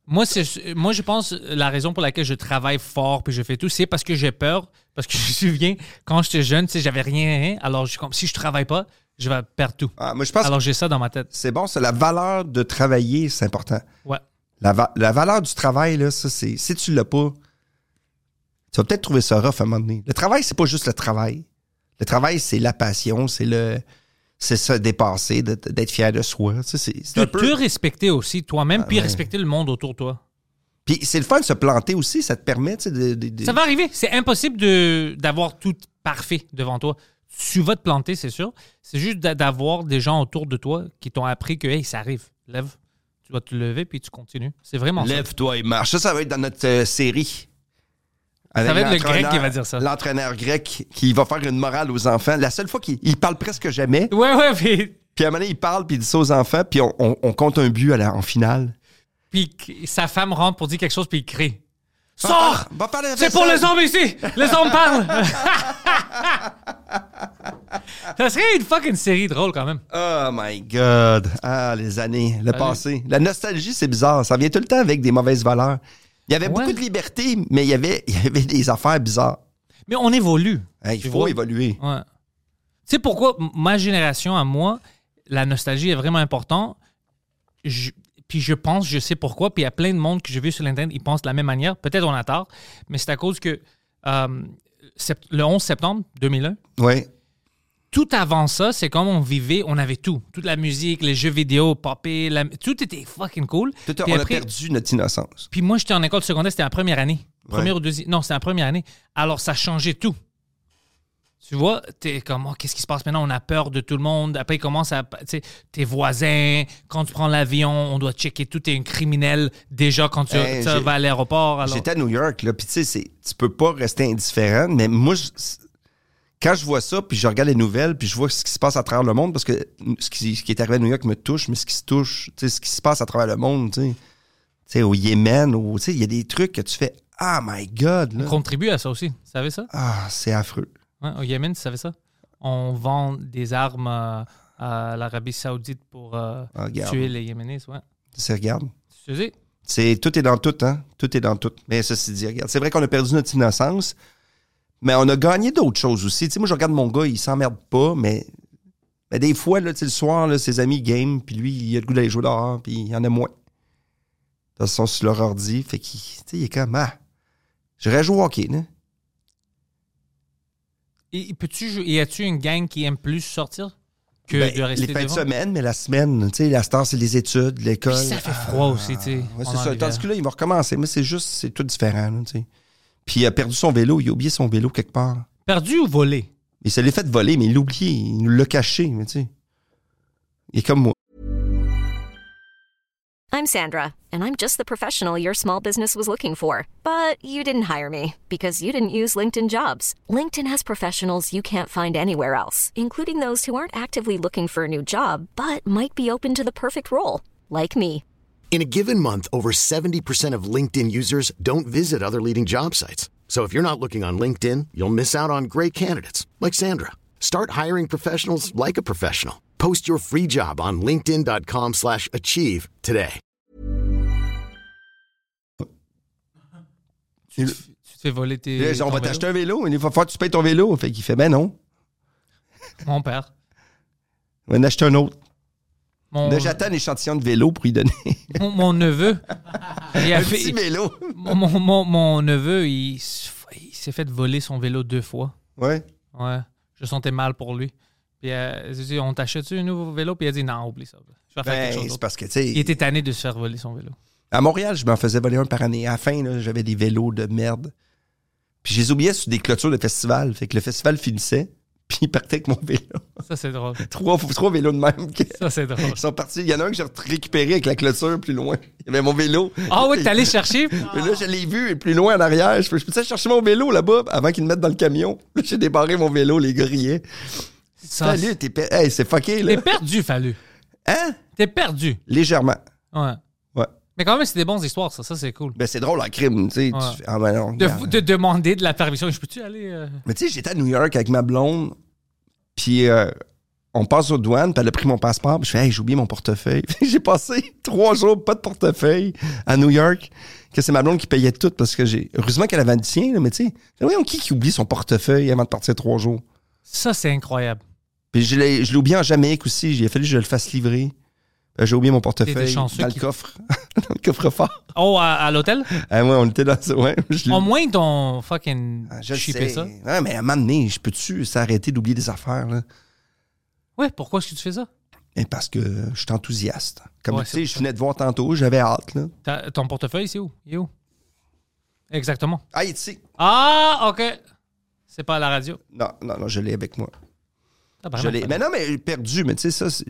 B: Moi, c'est, moi, je pense la raison pour laquelle je travaille fort puis je fais tout, c'est parce que j'ai peur. Parce que je me souviens, quand j'étais jeune, tu sais, j'avais rien. hein, alors, je suis comme, si je travaille pas, je vais perdre tout.
D: Ah, moi, je pense
B: Alors,
D: que
B: j'ai ça dans ma tête.
D: c'est bon, c'est la valeur de travailler, c'est important.
B: Ouais.
D: La, va- la valeur du travail, là, ça, c'est. Si tu l'as pas, tu vas peut-être trouver ça rough à un moment donné. Le travail, c'est pas juste le travail. Le travail, c'est la passion, c'est le. C'est se dépasser, de- d'être fier de soi. Tu sais, c'est c'est
B: De
D: un peu-
B: te respecter aussi toi-même, puis
D: ouais.
B: respecter le monde autour de toi.
D: Puis c'est le fun de se planter aussi, ça te permet, tu sais, de. de- de-
B: Ça va arriver. C'est impossible de, d'avoir tout parfait devant toi. Tu vas te planter, c'est sûr. C'est juste d'a- d'avoir des gens autour de toi qui t'ont appris que, hey, ça arrive. Lève. Tu vas te lever, puis tu continues. C'est vraiment ça.
D: Lève-toi et marche. Ça, ça va être dans notre euh, série. Avec
B: va être le
D: l'entraîneur-
B: grec qui va dire ça.
D: L'entraîneur grec qui va faire une morale aux enfants. La seule fois qu'il il parle presque jamais.
B: Ouais, ouais, puis
D: Puis à un moment donné, il parle, puis il dit ça aux enfants, puis on, on- on compte un but à la- en finale.
B: puis qu- sa femme rentre pour dire quelque chose, puis il crie. Sors!
D: Va faire la
B: C'est pour
D: vaisselle.
B: les hommes ici! Les hommes parlent! ça serait une fucking série drôle quand même.
D: Oh my God. Ah, les années, le passé. La nostalgie, c'est bizarre. Ça vient tout le temps avec des mauvaises valeurs. Il y avait
B: Ouais.
D: beaucoup de liberté, mais il y avait, il y avait des affaires bizarres.
B: Mais on évolue.
D: Hey, il
B: Tu
D: faut
B: vois?
D: évoluer.
B: Ouais. Tu sais pourquoi m- ma génération à moi, la nostalgie est vraiment importante. Je- puis je pense, je sais pourquoi. Puis il y a plein de monde que j'ai vu sur l'Internet, ils pensent de la même manière. Peut-être on a tort, mais c'est à cause que euh, sept- le 11 septembre 2001,
D: Ouais.
B: tout avant ça, c'est comme on vivait, on avait tout. Toute la musique, les jeux vidéo, popper, la- tout était fucking cool.
D: Tout à-
B: Puis
D: on a
B: après-
D: perdu notre innocence.
B: Puis moi, j'étais en école secondaire, c'était la première année.
D: Ouais.
B: Première ou deuxième. Non, c'était la première année. Alors, ça changeait tout. Tu vois, t'es comme, oh, qu'est-ce qui se passe maintenant? On a peur de tout le monde. Après, ils commencent à. Tu sais, tes voisins, quand tu prends l'avion, on doit checker tout. T'es un criminel déjà quand tu,
D: Hey,
B: tu
D: Eh, j'ai-
B: vas à l'aéroport. alors-
D: J'étais à New York, là, puis tu sais, c'est- tu peux pas rester indifférent, mais moi, je- c'est- quand je vois ça, puis je regarde les nouvelles, puis je vois ce qui se passe à travers le monde, parce que ce qui, ce qui est arrivé à New York me touche, mais ce qui se touche, tu sais, ce qui se passe à travers le monde, tu sais, Tu sais, au Yémen, au- tu sais, il y a des trucs que tu fais, ah my God, là.
B: On contribue à ça aussi. Tu savais ça?
D: ah, c'est affreux.
B: Ouais, au Yémen, tu savais ça? On vend des armes euh, à l'Arabie Saoudite pour euh,
D: Ah, regarde.
B: tuer les Yéménites. Ouais.
D: C'est, regarde,
B: Tu sais?
D: c'est, tout est dans tout, hein, tout est dans tout. Mais ceci dit, regarde, c'est vrai qu'on a perdu notre innocence, mais on a gagné d'autres choses aussi. Tu sais, moi, je regarde mon gars, il s'emmerde pas, mais, mais des fois, là, tu sais, le soir, là, ses amis game, puis lui, il a le goût d'aller jouer dehors, puis il y en a moins. De toute façon, sur leur ordi, fait qu'il tu sais, il est comme, ah, j'aurais joué au hockey, là.
B: Et, et peux-tu, jou- y a-tu une gang qui aime plus sortir que
D: Ben,
B: de rester
D: les fins de
B: devant?
D: semaine, mais la semaine, tu sais, la star, c'est les études, l'école. Ah,
B: Puis ça fait froid aussi, tu sais.
D: Ouais,
B: en
D: c'est ça.
B: hiver.
D: Tandis que là, il va recommencer, mais c'est juste, c'est tout différent, là, tu sais. Puis il a perdu son vélo, il a oublié son vélo quelque part.
B: Perdu ou volé?
D: Il se l'est fait voler, mais il l'a oublié, il nous l'a caché, mais tu sais. Il est comme moi.
A: I'm Sandra, and I'm just the professional your small business was looking for. But you didn't hire me because you didn't use LinkedIn jobs. LinkedIn has professionals you can't find anywhere else, including those who aren't actively looking for a new job but might be open to the perfect role, like me.
F: In a given month, over 70% of LinkedIn users don't visit other leading job sites. So if you're not looking on LinkedIn, you'll miss out on great candidates like Sandra. Start hiring professionals like a professional. Post your free job on linkedin.com/achieve slash achieve today.
B: Tu, te- tu te fais voler tes.
D: Là, on
B: ton
D: va
B: vélo?
D: t'acheter un vélo, mais il va falloir que tu payes ton vélo. Fait qu'il fait, ben non,
B: Mon père.
D: on va en acheter un autre.
B: Mon,
D: Là, j'attends un échantillon de vélo pour lui donner.
B: mon, mon neveu. il a
D: un
B: fait-
D: petit vélo.
B: mon, mon- mon- mon neveu, il, s- il s'est fait voler son vélo deux fois.
D: Ouais.
B: Ouais. Je sentais mal pour lui. Puis euh, j'ai dit, on t'achète-tu un nouveau vélo? Puis il a dit, non, oublie ça. Je vais faire
D: Ben,
B: quelque chose.
D: c'est
B: d'autre.
D: parce que, tu sais.
B: Il était tanné de se faire voler son vélo.
D: À Montréal, je m'en faisais voler un par année. À la fin, là, j'avais des vélos de merde. Puis je les oubliais sur des clôtures de festival. Fait que le festival finissait, puis ils partaient avec mon vélo.
B: Ça, c'est drôle.
D: Trois, trois vélos de même. que-
B: Ça, c'est drôle.
D: Ils sont partis. Il y en a un que j'ai récupéré avec la clôture plus loin. Il y avait mon vélo.
B: Ah oui, t'es allé chercher?
D: Mais là, je l'ai vu et plus loin en arrière. Je peux, je peux-tu aller chercher mon vélo là-bas avant qu'ils le mettent dans le camion. Là, j'ai débarré mon vélo, les gars riaient.
B: Ça,
D: Salut, t'es pe- hey, c'est fucké, là.
B: T'es perdu, Fallu.
D: Hein?
B: T'es perdu.
D: Légèrement.
B: Ouais.
D: Ouais.
B: Mais quand même, c'est des bonnes histoires, ça. Ça, c'est cool.
D: Ben, c'est drôle, en crime. Tu sais, tu
B: Ouais.
D: fais, ah, ben non,
B: De,
D: regarde.
B: de demander de la permission. Je peux-tu aller? euh?
D: Mais tu sais, j'étais à New York avec ma blonde, puis euh, on passe aux douanes, puis elle a pris mon passeport, puis je fais, hey, j'ai oublié mon portefeuille. j'ai passé trois jours, pas de portefeuille, à New York, que c'est ma blonde qui payait tout, parce que j'ai. Heureusement qu'elle avait le sien, là, mais tu sais, voyons qui qui oublie son portefeuille avant de partir trois jours.
B: Ça, c'est incroyable.
D: Puis je l'ai je l'ai oublié en Jamaïque aussi, j'ai fallu que je le fasse livrer. Euh, J'ai oublié mon portefeuille dans
B: chanceux
D: le
B: qui-
D: coffre, dans le coffre-fort.
B: Oh, à, à l'hôtel?
D: Ah, ouais, on était dans ça. Ouais, je l'ai-
B: Au moins, ton fucking
D: Ah, je le
B: chipé
D: sais.
B: ça.
D: Ouais, mais à m'amener, je peux-tu s'arrêter d'oublier des affaires, là?
B: Ouais, pourquoi est-ce que tu fais ça?
D: Et parce que je suis enthousiaste. Comme
B: Ouais,
D: tu
B: c'est
D: sais,
B: pour
D: je
B: ça.
D: venais de voir tantôt, j'avais hâte. Là.
B: Ta- ton portefeuille, c'est où? Il est où? Exactement.
D: Ah, tu sais.
B: Ah, OK. C'est pas à la radio. Ah, ben,
D: Non, non, non, je l'ai avec moi.
B: Tabarnak,
D: Je l'ai.
B: Fallu.
D: Mais non, mais perdu, mais tu sais, ça, c'est.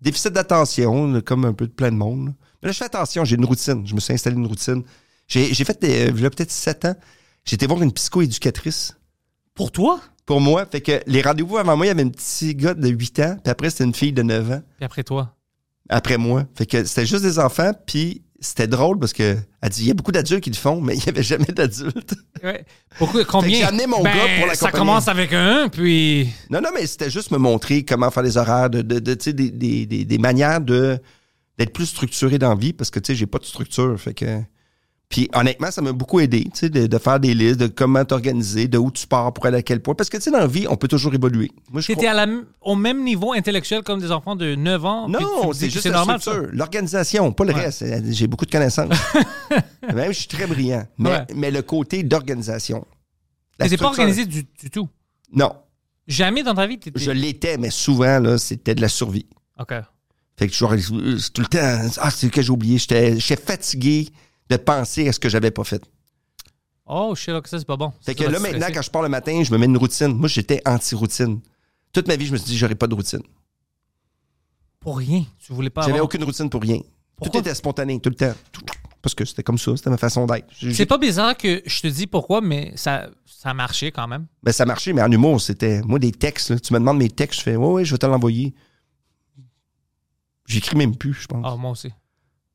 D: Déficit d'attention, là, comme un peu de plein de monde. là. Mais là, je fais attention, j'ai une routine. Je me suis installé une routine. J'ai j'ai fait, des, il y a peut-être 7 ans, j'étais voir une psychoéducatrice.
B: Pour toi?
D: Pour moi, fait que les rendez-vous avant moi, il y avait un petit gars de 8 ans, puis après, c'était une fille de 9 ans.
B: Puis après toi.
D: après moi. Fait que c'était juste des enfants, puis c'était drôle parce que elle dit il y a beaucoup d'adultes qui le font, mais il n'y avait jamais d'adultes.
B: Ouais. Pourquoi, combien?
D: j'ai amené mon
B: Ben,
D: gars pour
B: Ça
D: l'accompagner.
B: commence avec un, puis...
D: Non, non, mais c'était juste me montrer comment faire les horaires, de, de, de- tu sais, des, des- des- des manières de d'être plus structuré dans la vie parce que tu sais, j'ai pas de structure. Fait que. Puis honnêtement, ça m'a beaucoup aidé, tu sais, de, de faire des listes, de comment t'organiser, de où tu pars pour aller à quel point. Parce que tu sais, dans la vie, on peut toujours évoluer. Moi, je
B: T'étais
D: crois-
B: à la m- au même niveau intellectuel comme des enfants de 9 ans. puis tu me
D: Non,
B: dis
D: c'est
B: que
D: juste
B: c'est
D: la
B: normal,
D: structure, l'organisation, pas le
B: Ouais.
D: reste. euh, J'ai beaucoup de connaissances. Même, je suis très brillant. Mais,
B: Ouais.
D: mais le côté d'organisation.
B: ça.
D: la
B: T'étais pas
D: structure-
B: organisé du, du tout.
D: Non,
B: Jamais dans ta vie, t'étais...
D: je l'étais, mais souvent, là, c'était de la survie.
B: OK.
D: Fait que j'aurais- euh, c'est tout le temps, ah, c'est que j'ai oublié. J'étais j'étais fatigué de penser à ce que j'avais pas fait.
B: Oh shit, ok, ça c'est pas bon.
D: Fait
B: Ça,
D: que
B: ça va
D: là,
B: te
D: maintenant,
B: stresser.
D: quand je pars le matin, je me mets une routine. Moi, j'étais anti-routine. Toute ma vie, je me suis dit, j'aurais pas de routine.
B: Pour rien, tu voulais pas.
D: J'avais
B: avoir-
D: aucune routine pour rien.
B: Ah Pourquoi?
D: Tout était spontané, tout le temps. Tout- Parce que c'était comme ça, c'était ma façon d'être. J'ai-
B: C'est pas bizarre que je te dis pourquoi, mais ça, ça marchait quand même.
D: Ben, ça marchait, mais en humour, c'était. Moi, des textes, là, tu me demandes mes textes, je fais, ouais, ouais, je vais te l'envoyer. J'écris même plus, je pense.
B: Ah, moi aussi.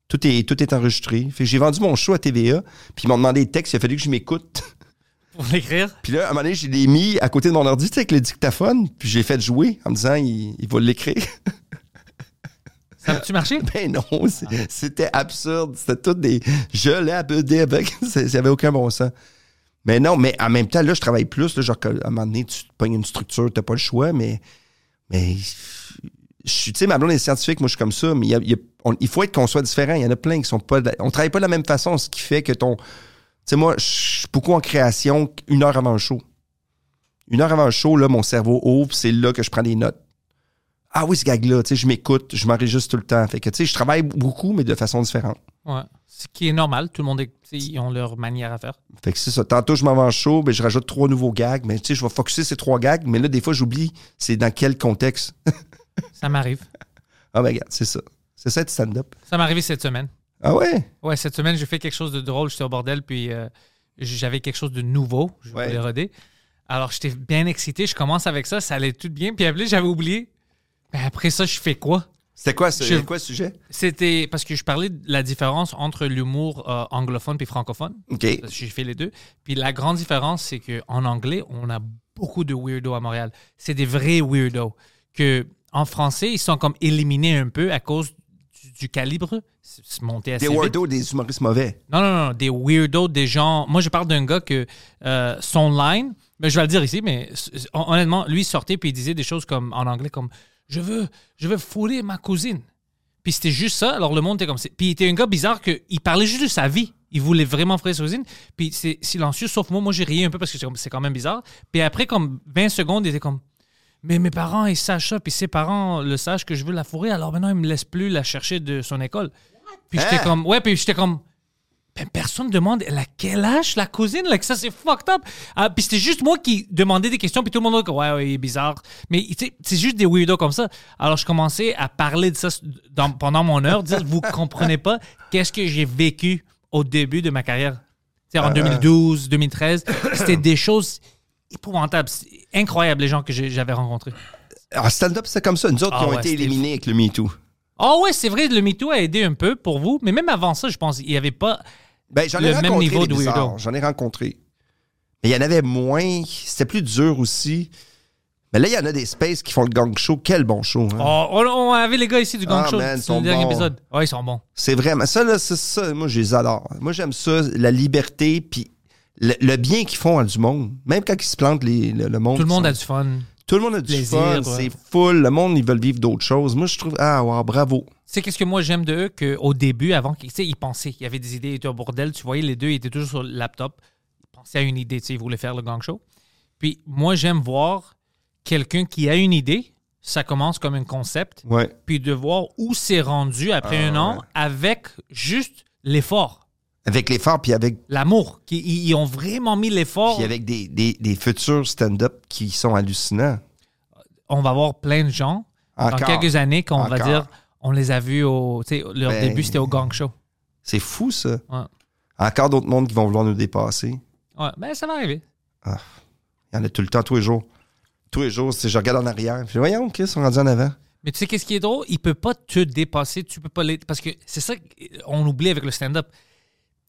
D: Tout, est, tout est enregistré. Fait que j'ai vendu mon show à TVA, puis ils m'ont demandé des textes, il a fallu que je m'écoute.
B: Pour l'écrire,
D: Puis là, à un moment donné, je l'ai mis à côté de mon ordi, tu sais, avec le dictaphone, puis je l'ai fait jouer en me disant, il, il va l'écrire.
B: ça a-tu marché?
D: Ben non, c'est- c'était absurde. C'était tout des. Je l'ai abusé avec. c'est- Ça n'avait aucun bon sens. Mais non, mais en même temps, là, je travaille plus. Là, genre, à un moment donné, tu te pognes une structure, tu pas le choix, mais. Mais. je suis- Tu sais, ma blonde est scientifique, moi, je suis comme ça, mais il, y a- il y a- on- il faut être qu'on soit différent. Il y en a plein qui sont pas. de la- On travaille pas de la même façon, ce qui fait que ton. Tu sais, moi, je suis beaucoup en création une heure avant le show. Une heure avant le show, là, mon cerveau ouvre, puis c'est là que je prends des notes. Ah oui, ce gag-là, tu sais, je m'écoute, je m'enregistre tout le temps. Fait que, tu sais, je travaille beaucoup, mais de façon différente.
B: Ouais. Ce qui est normal, tout le monde, est, tu sais, ils ont leur manière à faire.
D: Fait que c'est ça. Tantôt, je m'en vais en show, mais je rajoute trois nouveaux gags. Mais tu sais, je vais focusser ces trois gags. Mais là, des fois, j'oublie c'est dans quel contexte.
B: Ça m'arrive.
D: Ah, ben, regarde, c'est ça. C'est ça, être stand-up.
B: Ça m'est arrivé cette semaine.
D: Ah ouais?
B: Ouais, cette semaine, j'ai fait quelque chose de drôle. J'étais au bordel, puis euh, j'avais quelque chose de nouveau. Je
D: Ouais.
B: voulais roder. Alors, j'étais bien excité. Je commence avec ça. Ça allait tout bien. Puis après, j'avais oublié. Ben, après ça, je fais quoi?
D: C'était quoi, ce,
B: Je-
D: quoi le sujet?
B: C'était parce que je parlais de la différence entre l'humour euh, anglophone et francophone.
D: OK.
B: Parce que J'ai fait les deux. Puis la grande différence, c'est qu'en anglais, on a beaucoup de weirdos à Montréal. C'est des vrais weirdos. Que, en français, ils sont comme éliminés un peu à cause du, du calibre. C'est c'est monté assez
D: Des
B: vite.
D: wordos, des humoristes mauvais.
B: Non, non, non, des weirdos, des gens. Moi, je parle d'un gars que euh, son line, mais je vais le dire ici, mais s- s- hon- honnêtement, lui il sortait puis il disait des choses comme en anglais comme je veux, je veux fourrer ma cousine. Puis c'était juste ça. Alors le monde était comme ça. Puis il était un gars bizarre que il parlait juste de sa vie. Il voulait vraiment fourrer sa cousine. Puis c'est silencieux, sauf moi, moi j'ai ri un peu parce que c'est comme- c'est quand même bizarre. Puis après comme 20 secondes, il était comme mais mes parents, ils sachent ça, puis ses parents le sachent que je veux la fourrer, alors maintenant, ils me laissent plus la chercher de son école. Puis j'étais
D: Hein?
B: comme, ouais, puis j'étais comme, ben, personne ne demande, elle a quel âge, la cousine, là, que ça, c'est fucked up. Ah, puis c'était juste moi qui demandais des questions, puis tout le monde, était comme, ouais, ouais, il est bizarre. Mais tu sais, c'est juste des weirdos comme ça. Alors, je commençais à parler de ça dans- pendant mon heure, dire, vous comprenez pas qu'est-ce que j'ai vécu au début de ma carrière. Tu sais, en 2012, 2013, c'était des choses épouvantables, c'est incroyable, les gens que j'ai- j'avais rencontrés.
D: En Ah, stand-up, c'est comme ça. Nous autres,
B: Ah
D: qui ont
B: ouais,
D: été
B: c'était
D: éliminés avec le MeToo.
B: Ah ouais, c'est vrai, le MeToo a aidé un peu pour vous, mais même avant ça, je pense, il n'y avait pas.
D: Ben, j'en
B: Le
D: ai
B: même
D: rencontré
B: niveau
D: des
B: de
D: bizarres.
B: weirdo.
D: J'en ai rencontré. Mais il y en avait moins. C'était plus dur aussi. Mais là, il y en a des spaces qui font le gang show. Quel bon show. hein.
B: Oh, on, on avait les gars ici du Gang
D: Ah,
B: Show,
D: man, ils
B: c'est le
D: sont
B: dernier
D: bons.
B: épisode. Ouais, ils sont bons.
D: C'est vraiment ça, là, c'est ça. Moi, je les adore. Moi, j'aime ça, la liberté, puis le, le bien qu'ils font à du monde. Même quand ils se plantent, les- le, le monde.
B: Tout le monde
D: ils
B: a
D: sont-
B: du fun.
D: Tout le monde a du
B: plaisir,
D: fun.
B: ouais.
D: C'est full. Le monde, ils veulent vivre d'autres choses. Moi, je trouve. Ah, wow, bravo.
B: C'est qu'est-ce que moi j'aime de eux qu'au début, avant qu'ils tu sais, ils pensaient, il y avait des idées, ils étaient au bordel, tu voyais les deux, ils étaient toujours sur le laptop, ils pensaient à une idée, tu sais, ils voulaient faire le gang show. Puis moi j'aime voir quelqu'un qui a une idée, ça commence comme un concept,
D: Ouais.
B: puis de voir où c'est rendu après
D: Ah,
B: un an avec juste l'effort,
D: Avec l'effort, puis avec,
B: l'amour, qui ils ils ont vraiment mis l'effort.
D: puis avec des, des- des futurs stand-up qui sont hallucinants.
B: on va voir plein de gens dans
D: Encore.
B: quelques années qu'on va
D: Encore.
B: dire on les a vus au. Tu sais, leur
D: Ben-
B: début, c'était au gang show.
D: C'est fou, ça.
B: Ouais.
D: Encore d'autres mondes qui vont vouloir nous dépasser.
B: Ouais, ben, ça va arriver.
D: Il y en a tout le temps, tous les jours. Tous les jours, si je regarde en arrière. Puis, voyons, Chris, on est rendu en avant.
B: Mais tu sais, qu'est-ce qui est drôle? Il peut pas te dépasser, tu peux pas l'être. Parce que c'est ça qu'on oublie avec le stand-up.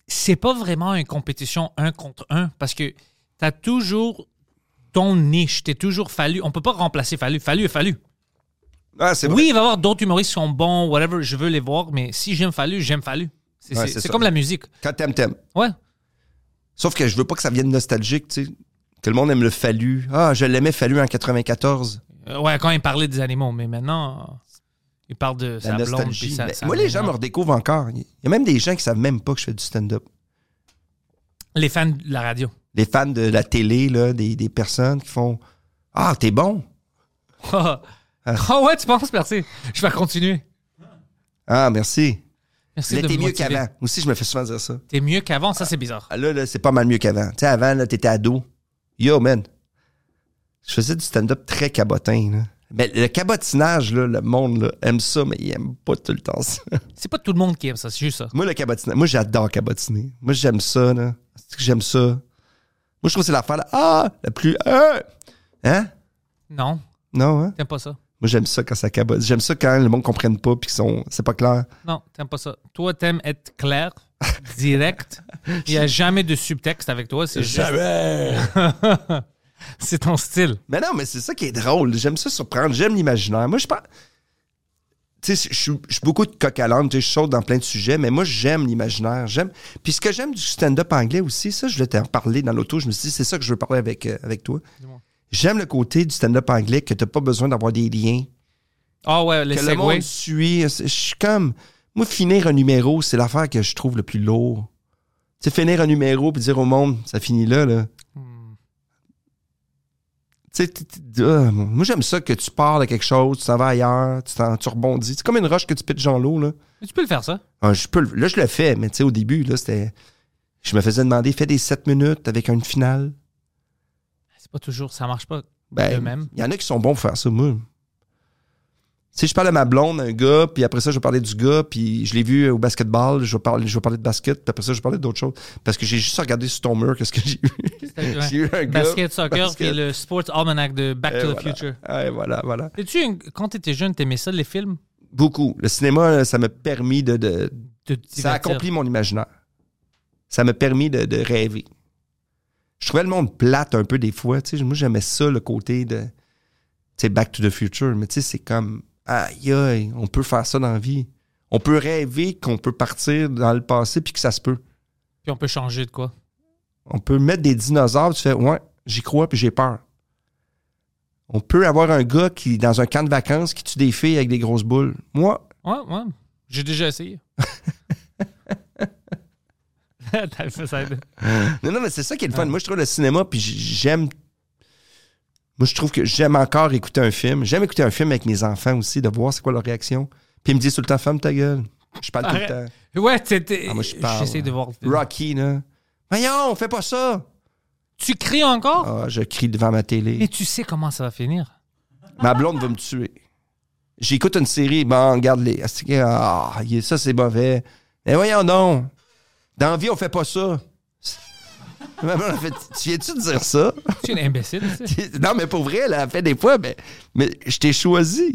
B: C'est pas vraiment une compétition un contre un parce que t'as toujours ton niche, t'es toujours fallu. On peut pas remplacer fallu. Fallu est fallu.
D: Ah, c'est vrai.
B: Oui, il va y avoir d'autres humoristes qui sont bons, whatever, je veux les voir, mais si j'aime fallu, j'aime fallu. C'est
D: Ouais,
B: c'est-
D: c'est
B: c'est
D: ça.
B: comme la musique.
D: Quand t'aimes, t'aimes.
B: Ouais.
D: Sauf que je veux pas que ça vienne nostalgique, tu sais. Que le monde aime le fallu. Ah, je l'aimais fallu en 94.
B: Euh, ouais, quand il parlait des animaux, mais maintenant, euh, il parle de
D: La
B: sa blonde.
D: nostalgie.
B: puis sa-
D: Mais
B: sa
D: moi, les gens
B: mémoire.
D: me redécouvrent encore. Il y a même des gens qui savent même pas que je fais du stand-up.
B: Les fans de la radio.
D: Les fans de la télé, là, des, des personnes qui font Ah, t'es bon.
B: Ah.
D: Ah.
B: oh ouais, tu penses, merci. Je vais continuer.
D: Ah, merci.
B: Merci
D: Là,
B: de
D: t'es
B: me
D: mieux
B: motiver.
D: qu'avant. Aussi, je me fais souvent dire ça.
B: T'es mieux qu'avant, ça c'est bizarre.
D: Ah, Là, là c'est pas mal mieux qu'avant. Tu sais, avant, là, t'étais ado. Yo, man. Je faisais du stand-up très cabotin, là. Mais le cabotinage, là, le monde là, aime ça, mais il aime pas tout le temps ça.
B: C'est pas tout le monde qui aime ça, c'est juste ça.
D: Moi, le cabotinage, moi, j'adore cabotiner. Moi, j'aime ça, là. C'est que j'aime ça. Moi, je trouve que c'est l'affaire, là. Ah, la plus. euh. Hein?
B: Non,
D: Non, hein?
B: t'aimes pas ça.
D: Moi, j'aime ça quand ça cabotine. J'aime ça quand le monde ne comprenne pas puis qu'ils sont. C'est pas clair.
B: Non, t'aimes pas ça. Toi, t'aimes être clair, direct. Il n'y a jamais de subtexte avec toi. C'est juste- c'est ton style.
D: Mais non, mais c'est ça qui est drôle. J'aime ça surprendre. J'aime l'imaginaire. Moi, je pense. Tu sais, je suis je suis beaucoup de coq à l'âne, tu sais, je saute dans plein de sujets, mais moi, j'aime l'imaginaire. J'aime. Puis ce que j'aime du stand-up anglais aussi, ça, je voulais t'en parler dans l'auto. Je me suis dit, c'est ça que je veux parler avec, euh, avec toi. J'aime le côté du stand-up anglais que t'as pas besoin d'avoir des liens.
B: Ah ouais, les
D: que le
B: segways.
D: monde suit. Je suis comme. Moi, finir un numéro, c'est l'affaire que je trouve le plus lourd. Tu sais, finir un numéro puis dire au monde, ça finit là, là.
B: Hmm.
D: Tu sais, t- t- ah, moi, j'aime ça que tu pars de quelque chose, tu t'en vas ailleurs, tu, t'en- tu rebondis. C'est comme une roche que tu pitches dans l'eau, là.
B: Mais Tu peux le faire, ça.
D: Ah, je peux, le- là, je le fais, mais tu sais, au début, là, c'était. Je me faisais demander, fais des 7 minutes avec une finale.
B: C'est pas toujours, ça marche pas.
D: Ben,
B: De même.
D: Il y en a qui sont bons pour faire ça, moi. Si je parle à ma blonde, un gars, puis après ça, je vais parler du gars, puis je l'ai vu au basketball, je vais parler, je vais parler de basket, puis après ça, je vais parler d'autres choses. Parce que j'ai juste regardé sur ton mur qu'est-ce que j'ai eu. J'ai eu un gars,
B: Basket, soccer,
D: basket.
B: puis le sports almanac de Back
D: Et
B: to the
D: voilà.
B: Future.
D: Ouais, voilà, voilà.
B: T'es-tu une- Quand t'étais jeune, t'aimais ça, les films?
D: Beaucoup. Le cinéma, ça m'a permis de... de-
B: De te
D: ça a
B: divertir.
D: accompli mon imaginaire. Ça m'a permis de, de rêver. Je trouvais le monde plate un peu des fois. tu sais. Moi, j'aimais ça, le côté de... tu sais, Back to the Future, mais tu sais, c'est comme, aïe, aïe, on peut faire ça dans la vie. On peut rêver qu'on peut partir dans le passé puis que ça se peut.
B: Puis on peut changer de quoi?
D: On peut mettre des dinosaures, tu fais, ouais, j'y crois puis j'ai peur. On peut avoir un gars qui, dans un camp de vacances, qui tue des filles avec des grosses boules. Moi,
B: Ouais, ouais. J'ai déjà essayé. T'as fait ça.
D: non, non, mais c'est ça qui est le fun. Moi, je trouve le cinéma, puis j- j'aime. Moi, je trouve que j'aime encore écouter un film. J'aime écouter un film avec mes enfants aussi, de voir c'est quoi leur réaction. Puis ils me disent tout le temps, ferme ta gueule. Je parle tout le temps.
B: Ouais, t'étais.
D: Ah, moi, je parle.
B: J'essaie de voir le film.
D: Rocky, là. Voyons, fais pas ça!
B: Tu cries encore?
D: Ah, je crie devant ma
B: Mais
D: télé.
B: tu sais comment ça va finir.
D: Ma blonde va me tuer. J'écoute une série, bon, regarde les. Ah, il- ça, c'est mauvais. Mais voyons donc! Dans la vie, on fait pas ça. Ma blonde a fait, tu viens-tu de dire ça?
B: Tu es un imbécile, tu sais.
D: non, mais pour vrai, là, elle fait des fois, mais, mais je t'ai choisi.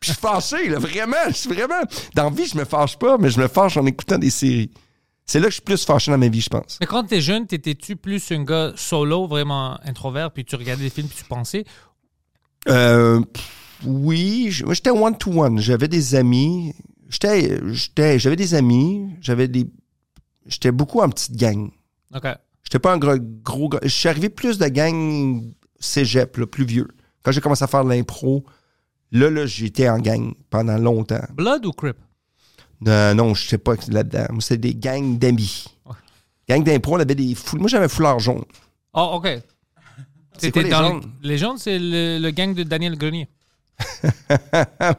D: Puis je suis fâché, là, vraiment. Je suis vraiment. Dans la vie, je me fâche pas, mais je me fâche en écoutant des séries. C'est là que je suis plus fâché dans ma vie, je pense.
B: Mais quand t'es jeune, t'étais-tu plus un gars solo, vraiment introvert, puis tu regardais des films, puis tu pensais,
D: Euh, pff, oui, je- moi, j'étais one-to-one. J'avais des amis. J'étais, j'étais, j'avais des amis. J'avais des. J'étais beaucoup en petite gang.
B: OK,
D: J'étais pas un gros, gros gars. Je suis arrivé plus de gang cégep, là, plus vieux. Quand j'ai commencé à faire de l'impro, là, là, j'étais en gang pendant longtemps.
B: Blood ou Crip?
D: Euh, non, je sais pas là-dedans. Moi, c'est des gangs d'amis. Gang d'impro, on avait des foules. Moi, j'avais un foulard jaune.
B: Oh, OK.
D: C'est quoi
B: T'étais
D: les
B: dans
D: jaunes?
B: le- Les jaunes, c'est le, le gang de Daniel Grenier.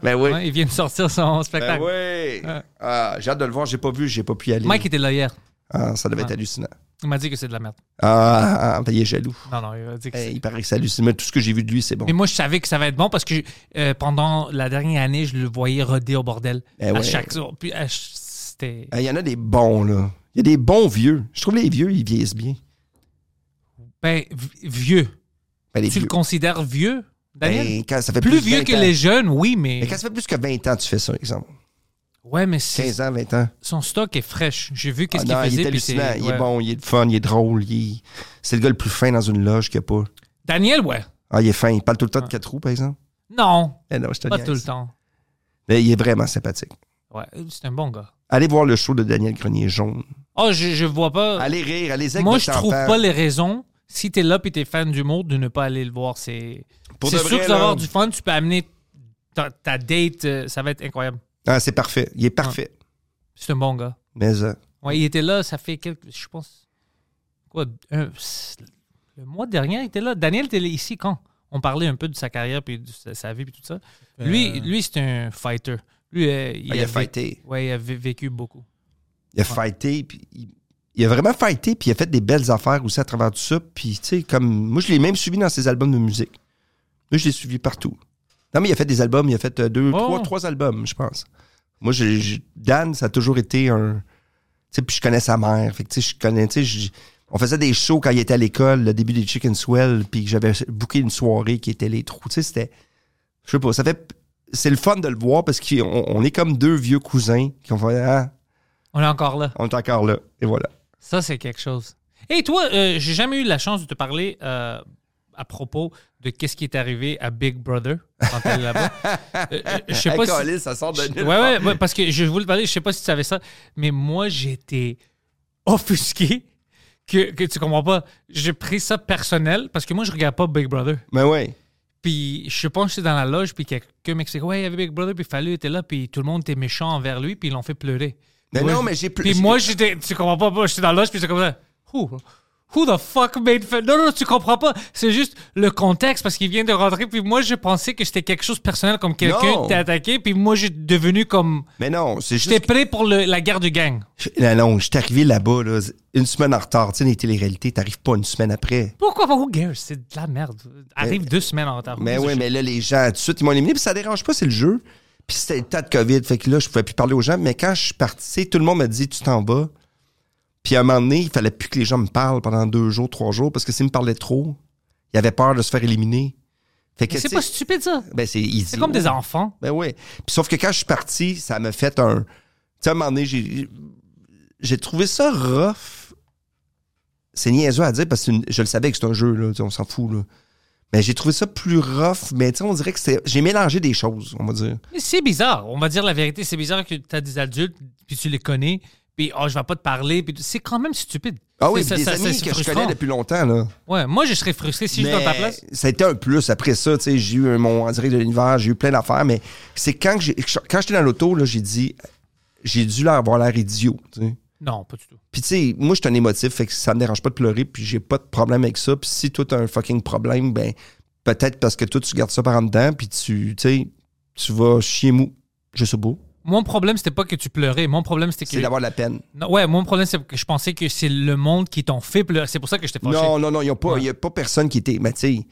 D: Ben oui.
B: Ouais, il vient de sortir son
D: Ben
B: spectacle.
D: oui. Ah, j'ai hâte de le voir. J'ai pas vu, j'ai pas pu y aller.
B: Mike était là hier.
D: Ah, ça devait être hallucinant.
B: Il m'a dit que c'est de la merde.
D: Ah, ah, ben, il est jaloux.
B: Non, non, il a dit que
D: Eh,
B: c'est...
D: il paraît que c'est hallucinant. Tout ce que j'ai vu de lui, c'est bon.
B: Mais moi, je savais que ça va être bon parce que euh, pendant la dernière année, je le voyais rodé au bordel.
D: Eh
B: à
D: ouais.
B: chaque jour. Puis euh, c'était...
D: Eh, Il y en a des bons, là. Il y a des bons vieux. Je trouve les vieux, ils vieillissent bien.
B: Ben, vi- vieux.
D: Ben, les
B: Tu
D: vieux.
B: le considères vieux, Daniel?
D: Ben, quand ça fait
B: plus
D: plus de
B: vieux
D: 20
B: que
D: ans.
B: les jeunes, oui, mais...
D: Mais quand ça fait plus que 20 ans, tu fais ça, exemple.
B: Ouais, mais c'est-
D: 15 ans, 20 ans.
B: son stock est fraîche. J'ai vu qu'est-ce
D: Ah non,
B: qu'il
D: il
B: faisait.
D: est
B: puis c'est-
D: hallucinant. Il
B: ouais.
D: est bon, il est le fun, il est drôle. il est- C'est le gars le plus fin dans une loge qu'il n'y a pas.
B: Daniel, ouais.
D: Ah, il est fin. Il parle tout le temps de quatre roues, par exemple.
B: Non,
D: Eh non, je te
B: pas
D: niaise.
B: tout le temps.
D: Mais il est vraiment sympathique.
B: Ouais, c'est un bon gars.
D: Allez voir le show de Daniel Grenier jaune.
B: Oh, je, je vois pas.
D: Allez rire, allez avec
B: Moi,
D: votre
B: je trouve
D: enfant.
B: pas les raisons. Si t'es là puis t'es fan d'humour, de ne pas aller le voir, c'est.
D: Pour
B: C'est
D: de
B: sûr
D: vrai,
B: que tu vas
D: là.
B: avoir du fun. Tu peux amener ta, ta date. euh, Ça va être incroyable.
D: Ah, c'est parfait. Il est parfait.
B: Ah. C'est un bon gars.
D: Mais euh,
B: Ouais, il était là, ça fait quelques. Je pense. Quoi un- Le mois dernier, il était là. Daniel était ici quand On parlait un peu de sa carrière puis de sa, sa vie puis tout ça. Lui, lui c'est un fighter. Lui, euh, il,
D: Ah, il a
B: vé-
D: fighté.
B: Ouais, il a vé- vécu beaucoup.
D: Il a fighté, puis il, il a vraiment fighté, puis il a fait des belles affaires aussi à travers tout ça. Puis, tu sais, comme. Moi, je l'ai même suivi dans ses albums de musique. Moi, je l'ai suivi partout. Non, mais il a fait des albums, il a fait euh, deux,
B: Oh.
D: trois, trois albums, je pense. Moi, j'ai- j'ai- Dan, ça a toujours été un. Tu sais, puis je connais sa mère. Fait que, tu sais, je connais. Tu sais, je- on faisait des shows quand il était à l'école, le début des Chicken Swell, puis que j'avais booké une soirée qui était les trous. Tu sais, c'était. Je sais pas, ça fait. C'est le fun de le voir parce qu'on on est comme deux vieux cousins qui ont fait. Ah,
B: On est encore là.
D: on est encore là. Et voilà.
B: Ça, c'est quelque chose. Et toi, euh, j'ai jamais eu la chance de te parler euh, à propos de qu'est-ce qui est arrivé à Big Brother quand t'es là-bas. Euh, euh, je sais pas si...
D: Hey, Colin, ça sort de
B: Ouais,
D: nulle
B: ouais,
D: part.
B: ouais, parce que je voulais te parler, je sais pas si tu savais ça, mais moi, j'étais offusqué que, que tu comprends pas. J'ai pris ça personnel parce que moi, je regarde pas Big Brother.
D: Mais ouais.
B: Puis je pense que j'étais dans la loge, puis quelqu'un m'explique Ouais, il y avait Big Brother, puis Fallu était là, puis tout le monde était méchant envers lui, puis ils l'ont fait pleurer.
D: Mais
B: Moi,
D: non,
B: je-
D: mais j'ai plus.
B: Puis moi, j'étais. Tu comprends pas, moi, j'étais dans la loge, puis j'étais comme ça. Who, who the fuck made Fallu? Non, non, tu comprends pas. C'est juste le contexte, parce qu'il vient de rentrer, puis moi, je pensais que c'était quelque chose de personnel, comme quelqu'un
D: Non.
B: t'a attaqué, puis moi, j'ai devenu comme.
D: Mais non, c'est
B: J'étais
D: juste.
B: prêt pour le- la guerre du gang.
D: Non, non, je suis arrivé là-bas, là, une semaine en retard. Tu sais, les téléréalités, t'arrives pas une semaine après.
B: Pourquoi pas? Who cares? C'est de la merde. Arrive deux semaines en retard.
D: Mais oui, mais là, les gens, tout de suite, ils m'ont éliminé. Puis ça dérange pas, c'est le jeu. Puis c'était le tas de COVID. Fait que là, je pouvais plus parler aux gens. Mais quand je suis parti, tu sais, tout le monde m'a dit, tu t'en vas. Puis à un moment donné, il fallait plus que les gens me parlent pendant deux jours, trois jours, parce que s'ils me parlaient trop, ils avaient peur de se faire éliminer. Fait que,
B: C'est
D: tu
B: pas
D: sais,
B: stupide, ça.
D: ben, c'est
B: C'est
D: idiot.
B: comme des enfants.
D: Ben oui. Puis sauf que quand je suis parti, ça m'a fait un. Tu sais, à un moment donné, j'ai- j'ai trouvé ça rough. C'est niaiseux à dire parce que c'est une- je le savais que c'est un jeu, là. Tu sais, On s'en fout, là. Mais j'ai trouvé ça plus rough. Mais tu sais, on dirait que c'est. J'ai mélangé des choses, on va dire.
B: Mais C'est bizarre. On va dire la vérité. C'est bizarre que tu as des adultes, puis tu les connais, puis oh, je vais pas te parler. Puis tout. c'est quand même stupide.
D: Ah oui,
B: C'est-
D: puis des
B: ça- ça-
D: amis
B: c'est
D: que je
B: frustrant.
D: connais depuis longtemps, là.
B: Ouais, moi, je serais frustré si je suis dans ta place.
D: Ça a été un plus. Après ça, tu sais, j'ai eu mon en direct de l'univers, j'ai eu plein d'affaires, mais c'est quand que j'ai- quand j'étais dans l'auto, là, j'ai dit. J'ai dû leur avoir l'air idiot, tu sais.
B: Non, pas du tout.
D: Puis tu sais, moi je suis un émotif, fait que ça me dérange pas de pleurer, puis j'ai pas de problème avec ça. Puis si toi t'as un fucking problème, ben peut-être parce que toi tu gardes ça par en dedans, puis tu tu sais, tu vas chier mou. Je sais pas.
B: Mon problème, c'était pas que tu pleurais. Mon problème, c'était que.
D: C'est d'avoir de la peine.
B: Non, ouais, mon problème, c'est que je pensais que c'est le monde qui t'ont fait pleurer. C'est pour ça que je t'ai fâché.
D: Non, non, non, il
B: Ouais.
D: n'y a pas personne qui était. Mais tu sais, tu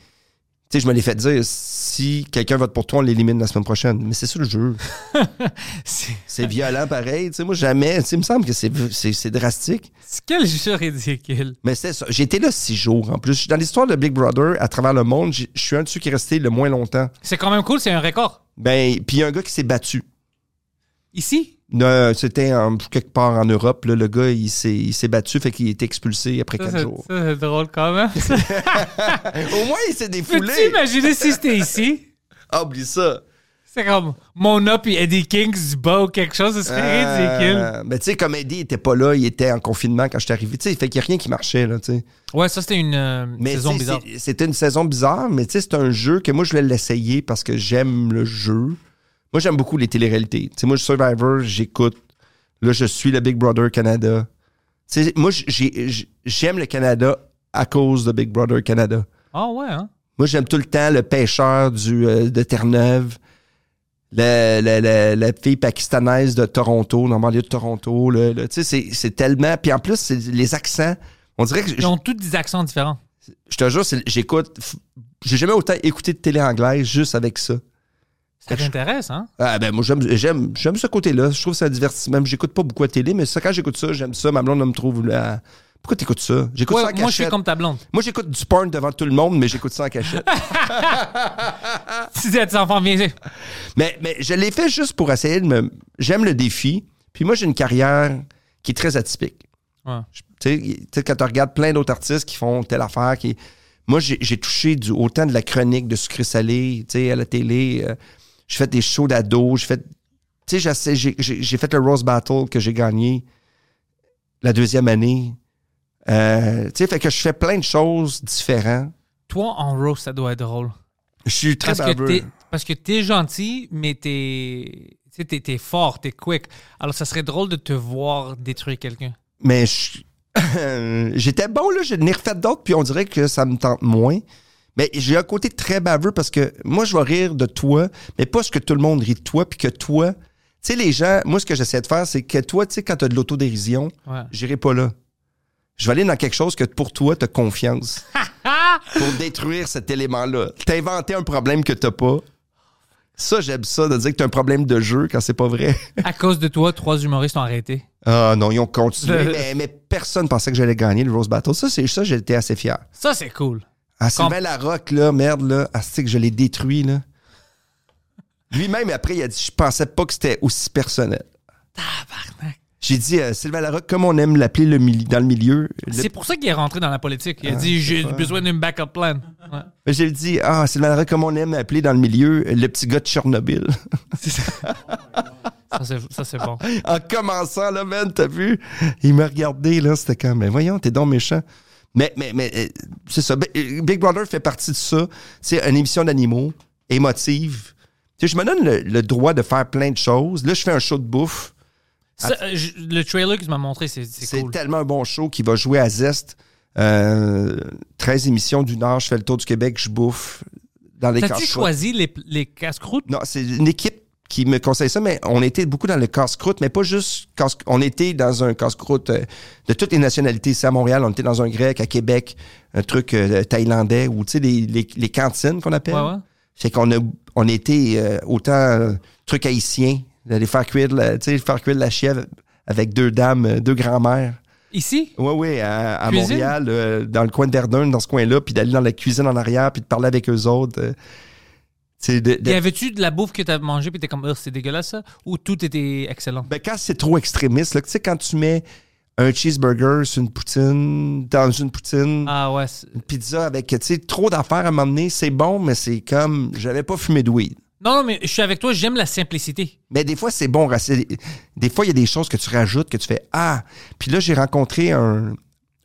D: sais, je me l'ai fait dire, si quelqu'un vote pour toi, on l'élimine la semaine prochaine. Mais c'est ça le jeu.
B: C'est-
D: C'est violent pareil. Tu sais, moi jamais. Tu sais, il me semble que c'est- c'est c'est drastique.
B: c'est- Quel jeu ridicule.
D: Mais c'est ça. J'étais là six jours en plus. Dans l'histoire de Big Brother, à travers le monde, j'ai- je suis un de ceux qui est resté le moins longtemps.
B: C'est quand même cool, c'est un record.
D: Ben, puis il y a un gars qui s'est battu.
B: Ici,
D: Non, C'était en- quelque part en Europe. là, le gars, il s'est il s'est battu, fait qu'il a été expulsé après
B: ça,
D: quatre
B: c'est
D: jours.
B: ça, c'est drôle quand même.
D: Au moins, il s'est
B: Peux-tu
D: défoulé.
B: imaginer si c'était ici?
D: Ah, oublie ça.
B: C'est comme Mona puis Eddie King se bat ou quelque chose, ce serait ridicule.
D: Euh, mais tu sais, comme Eddie était pas là, il était en confinement quand je suis arrivé. Tu sais, fait qu'il n'y a rien qui marchait, là, tu sais.
B: Ouais, ça c'était une euh,
D: Mais
B: saison
D: tu sais,
B: bizarre.
D: c'est- C'était une saison bizarre, mais tu sais, c'est un jeu que moi, je voulais l'essayer parce que j'aime le jeu. Moi, j'aime beaucoup les téléréalités. Tu sais, moi, je suis Survivor, j'écoute. Là, je suis le Big Brother Canada. Tu sais, moi, j'ai- j'ai- j'aime le Canada à cause de Big Brother Canada.
B: Ah ouais, hein?
D: Moi, j'aime tout le temps le pêcheur du, euh, de Terre-Neuve, le- le- le- la fille pakistanaise de Toronto, dans le banlieue de Toronto. Le, le- tu sais, c'est- c'est tellement. Puis en plus, c'est les accents. On dirait que je,
B: Ils ont tous des accents différents.
D: je te jure, c'est- j'écoute. f- J'ai jamais autant écouté de télé anglaise juste avec ça.
B: Ça t'intéresse, hein?
D: Ah ben moi j'aime j'aime j'aime ce côté-là. Je trouve que ça divertit. Même j'écoute pas beaucoup à télé, mais ça, quand j'écoute ça, j'aime ça. Ma blonde elle me trouve là. Pourquoi t'écoutes ça? J'écoute
B: Ouais,
D: ça en
B: moi, je suis
D: cachette.
B: comme ta blonde.
D: Moi j'écoute du porn devant tout le monde, mais j'écoute ça en cachette.
B: Tu dis à tes enfants, viens ici.
D: Mais, mais je l'ai fait juste pour essayer de me. J'aime le défi. Puis moi, j'ai une carrière qui est très atypique.
B: Ouais.
D: Je- Tu sais, y- tu sais, quand tu regardes plein d'autres artistes qui font telle affaire, qui. Moi, j'ai j'ai touché du, autant de la chronique de sucré salé, tu sais, à la télé. euh, j'ai fait des shows d'ado. J'ai fait. Tu sais, j'essaie- j'ai- j'ai j'ai fait le Rose Battle que j'ai gagné la deuxième année. Euh, tu sais, fait que je fais plein de choses différentes.
B: Toi, en roast, ça doit être drôle.
D: Je suis très
B: Parce que,
D: baveux.
B: t'es, parce que t'es gentil, mais t'es, tu sais, t'es, t'es fort, t'es quick. Alors, ça serait drôle de te voir détruire quelqu'un.
D: mais je- j'étais bon, là, je n'ai refait d'autres, puis on dirait que ça me tente moins. Mais j'ai un côté très baveux parce que moi, je vais rire de toi, mais pas ce que tout le monde rit de toi, puis que toi, Tu sais, les gens, moi, ce que j'essaie de faire, c'est que toi, tu sais, quand tu as de l'autodérision,
B: Ouais.
D: j'irai pas là. Je vais aller dans quelque chose que pour toi, tu as confiance. pour détruire cet élément-là. T'inventer un problème que t'as pas. Ça, j'aime ça, de dire que t'as un problème de jeu quand c'est pas vrai.
B: À cause de toi, trois humoristes ont arrêté.
D: Ah non, ils ont continué,
B: Le-
D: mais, mais personne pensait que j'allais gagner le Rose Battle. Ça, c'est ça, j'étais assez fier.
B: Ça, c'est cool.
D: Ah, Sylvain Larocque, là, merde, là, ah, c'est que je l'ai détruit, là. Lui-même, après, il a dit, je pensais pas que c'était aussi personnel. J'ai dit, euh, Sylvain Larocque, comme on aime l'appeler le mili- dans le milieu, le- Ah,
B: C'est pour ça qu'il est rentré dans la politique. Il a dit J'ai besoin d'une backup plan. Ouais.
D: j'ai dit, ah, Sylvain Larocque, comme on aime appeler dans le milieu, le petit gars de Tchernobyl.
B: Ça, c'est- Ça, c'est bon.
D: en commençant, là, man, t'as vu? Il m'a regardé, là, c'était comme, mais voyons, t'es donc méchant. Mais, mais, mais, euh, c'est ça. Bi- euh, Big Brother fait partie de ça. C'est une émission d'animaux, émotive. Tu sais, je me donne le, le droit de faire plein de choses. Là, je fais un show de bouffe.
B: Ça, euh, je- le trailer que tu m'as montré, c'est- c'est
D: C'est
B: cool.
D: tellement un bon show qui va jouer à Zest. Euh, 13 émissions du Nord, je fais le tour du Québec, je bouffe dans les
B: T'as-tu
D: casse-croûtes.
B: choisi les, les casse-croûtes
D: Non, c'est une équipe qui me conseille ça, mais on était beaucoup dans le casse-croûte, mais pas juste casse On était dans un casse-croûte euh, de toutes les nationalités. Ici à Montréal, on était dans un grec, à Québec, un truc euh, thaïlandais, ou tu sais, les, les- les cantines qu'on appelle.
B: Ouais, ouais.
D: Fait qu'on a, on était euh, autant euh, truc haïtien, d'aller faire cuire, la, tu sais, faire cuire la chèvre avec deux dames, euh, deux grand-mères.
B: Ici
D: Oui, oui, à, à
B: Cuisine?
D: Montréal, euh, dans le coin de Verdun, dans ce coin-là, puis d'aller dans la cuisine en arrière, puis de parler avec eux autres. euh, tu sais, de- de-
B: Y avait-tu de la bouffe que t'as mangée puis t'es comme, Oh, c'est dégueulasse ça Ou tout était excellent
D: Ben, quand c'est trop extrémiste, là, tu sais, quand tu mets un cheeseburger sur une poutine, dans une poutine,
B: Ah ouais. c'est-
D: une pizza avec, tu sais, trop d'affaires à m'emmener, c'est bon, mais c'est comme, j'avais pas fumé de weed.
B: Non, non, mais je suis avec toi, j'aime la simplicité.
D: Mais des fois, c'est bon. racine- Des fois, il y a des choses que tu rajoutes, que tu fais Ah! Puis là, j'ai rencontré un,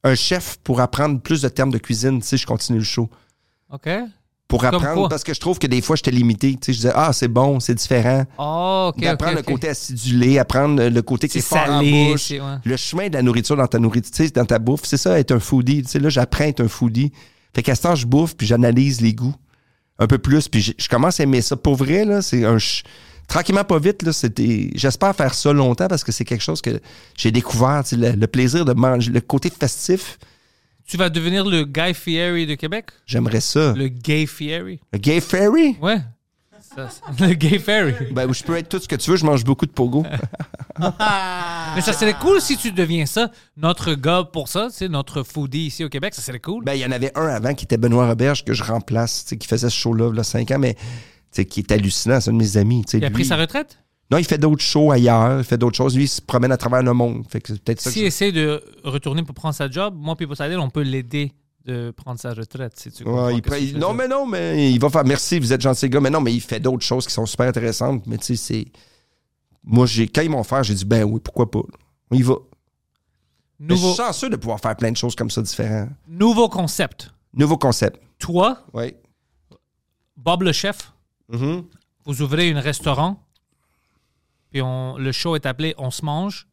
D: un chef pour apprendre plus de termes de cuisine, tu sais, je continue le show.
B: OK
D: Pour
B: Comme
D: apprendre,
B: quoi?
D: parce que je trouve que des fois, j'étais limité. Tu sais, je disais Ah, c'est bon, c'est différent.
B: Oh, OK.
D: d'apprendre
B: ok, ok.
D: le côté acidulé, apprendre le côté qui
B: C'est
D: est fort
B: salé,
D: en bouche,
B: c'est- ouais.
D: le chemin de la nourriture dans ta nourriture, tu sais, dans ta bouffe, c'est ça être un foodie. Tu sais, là, j'apprends à être un foodie. Fait qu'à ce temps, je bouffe puis j'analyse les goûts un peu plus, puis je je commence à aimer ça. Pour vrai, là, c'est un ch- tranquillement pas vite là. C'était, j'espère faire ça longtemps parce que c'est quelque chose que j'ai découvert, tu sais, le, le plaisir de manger, le côté festif.
B: Tu vas devenir le Guy Fieri de Québec
D: J'aimerais ça. Le,
B: Le Gay Fieri
D: gay fairy.
B: Ouais. Ça, c'est- le Gay Fieri.
D: Ben, je peux être tout ce que tu veux. Je mange beaucoup de pogo.
B: Mais ça serait cool si tu deviens ça, notre gars pour ça, c'est notre foodie ici au Québec, ça serait cool.
D: Ben, il y en avait un avant qui était Benoît Roberge que je remplace, tu sais, qui faisait ce show-là, là, 5 ans, mais tu sais, qui est hallucinant, c'est un de mes amis. tu sais,
B: il a
D: lui-
B: pris sa retraite?
D: Non, il fait d'autres shows ailleurs, il fait d'autres choses. Lui, il se promène à travers le monde. Fait que c'est peut-être ça que
B: S'il
D: je-
B: essaie de retourner pour prendre sa job, moi puis Poseidon, on peut l'aider de prendre sa retraite, si tu comprends
D: Ouais, il
B: qu'est-ce
D: prend-
B: que je veux
D: Non,
B: dire.
D: mais non, mais il va faire merci, vous êtes gentil, gars. Mais non, mais il fait d'autres choses qui sont super intéressantes. Mais tu sais, c'est. Moi, j'ai quand ils m'ont fait, j'ai dit, ben oui, pourquoi pas. Il va. Mais je suis
B: Nouveau,
D: chanceux de pouvoir faire plein de choses comme ça différents.
B: nouveau concept.
D: Nouveau concept.
B: Toi,
D: Oui.
B: Bob le chef,
D: Mm-hmm.
B: vous ouvrez un restaurant, puis on, le show est appelé On se mange.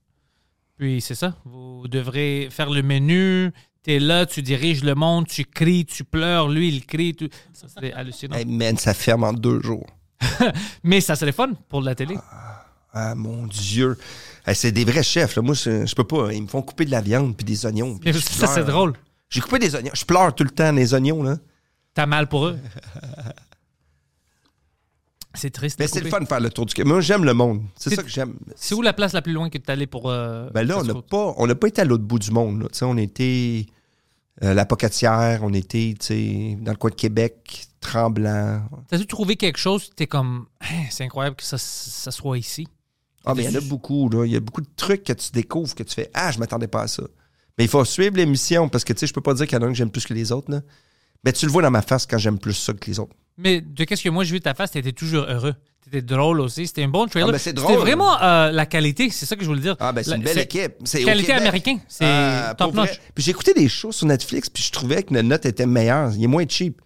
B: Puis c'est ça, vous devrez faire le menu, t'es là, tu diriges le monde, tu cries, tu pleures, lui il crie, tout. ça serait hallucinant.
D: Hey, man, ça ferme en deux jours.
B: Mais ça serait fun pour la télé.
D: Ah mon Dieu. Eh, c'est des vrais chefs. là. Moi, je, je peux pas. hein. Ils me font couper de la viande puis des oignons. puis
B: Mais
D: je
B: ça
D: pleure.
B: c'est drôle.
D: J'ai coupé des oignons. Je pleure tout le temps les oignons, là.
B: T'as mal pour eux. C'est triste.
D: Mais
B: de
D: c'est le
B: couper.
D: fun de faire le tour du Québec. Moi, j'aime le monde. C'est
B: C'est-
D: ça que j'aime.
B: C'est où la place la plus loin que t'es allé pour. euh,
D: Ben là, on n'a
B: Casse-croûte?
D: pas, on n'a pas été à l'autre bout du monde. là. Tu sais, on était euh, la Pocatière, on était tu sais, dans le coin de Québec, Tremblant.
B: T'as dû trouver quelque chose, t'es comme. Hey, c'est incroyable que ça, ça soit ici.
D: Ah, mais il y en a beaucoup. Là. Il y a beaucoup de trucs que tu découvres, que tu fais Ah, je m'attendais pas à ça. Mais il faut suivre l'émission parce que tu sais, je peux pas dire qu'il y en a un que j'aime plus que les autres. Là. Mais tu le vois dans ma face quand j'aime plus ça que les autres.
B: Mais de qu'est-ce que moi j'ai vu de ta face, t'étais toujours heureux. T'étais drôle aussi. C'était un bon trailer.
D: Ah, ben, c'est
B: C'était
D: drôle.
B: vraiment euh, la qualité, c'est ça que je voulais dire.
D: Ah, ben, c'est
B: La-
D: une belle équipe. C'est au
B: Qualité
D: Québec.
B: américaine. C'est
D: Ah,
B: top
D: pour vrai.
B: notch.
D: Puis j'ai écouté des shows sur Netflix, puis je trouvais que notre note était meilleure. Il est moins cheap.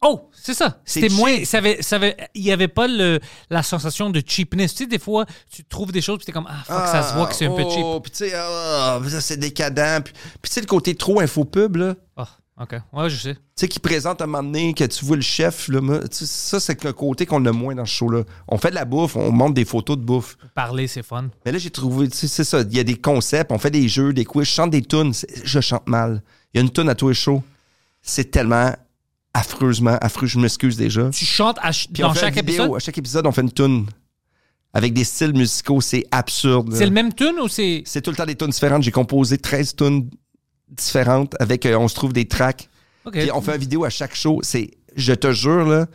B: Oh, c'est ça.
D: C'est
B: C'était
D: cheap.
B: moins. Ça avait, ça avait, il n'y avait pas le, la sensation de cheapness. Tu sais, des fois, tu trouves des choses puis t'es comme, ah, fuck, ça se voit que c'est un peu cheap.
D: Oh, puis tu sais, ah, ça, c'est décadent. Puis, puis tu sais, le côté trop infopub, là.
B: Ah, OK. Ouais, je sais.
D: Tu sais, qui présente à un moment donné, que tu vois le chef, là, moi, tu sais, ça, c'est le côté qu'on a moins dans ce show-là. On fait de la bouffe, on montre des photos de bouffe.
B: Parler, c'est fun.
D: Mais là, j'ai trouvé, tu sais, c'est ça. Il y a des concepts, on fait des jeux, des quiz. Je chante des tunes. C'est- Je chante mal. Il y a une tune à tous les shows. C'est tellement affreusement affreux. Je m'excuse déjà.
B: Tu chantes à ch-
D: Puis on
B: dans
D: fait
B: chaque
D: une vidéo.
B: épisode?
D: À chaque épisode, on fait une tune. Avec des styles musicaux, c'est absurde. là.
B: C'est le même tune ou c'est...
D: C'est tout le temps des tunes différentes. J'ai composé 13 tunes différentes avec, euh, on se trouve, des tracks.
B: OK.
D: Puis on fait une vidéo à chaque show. C'est, je te jure, là,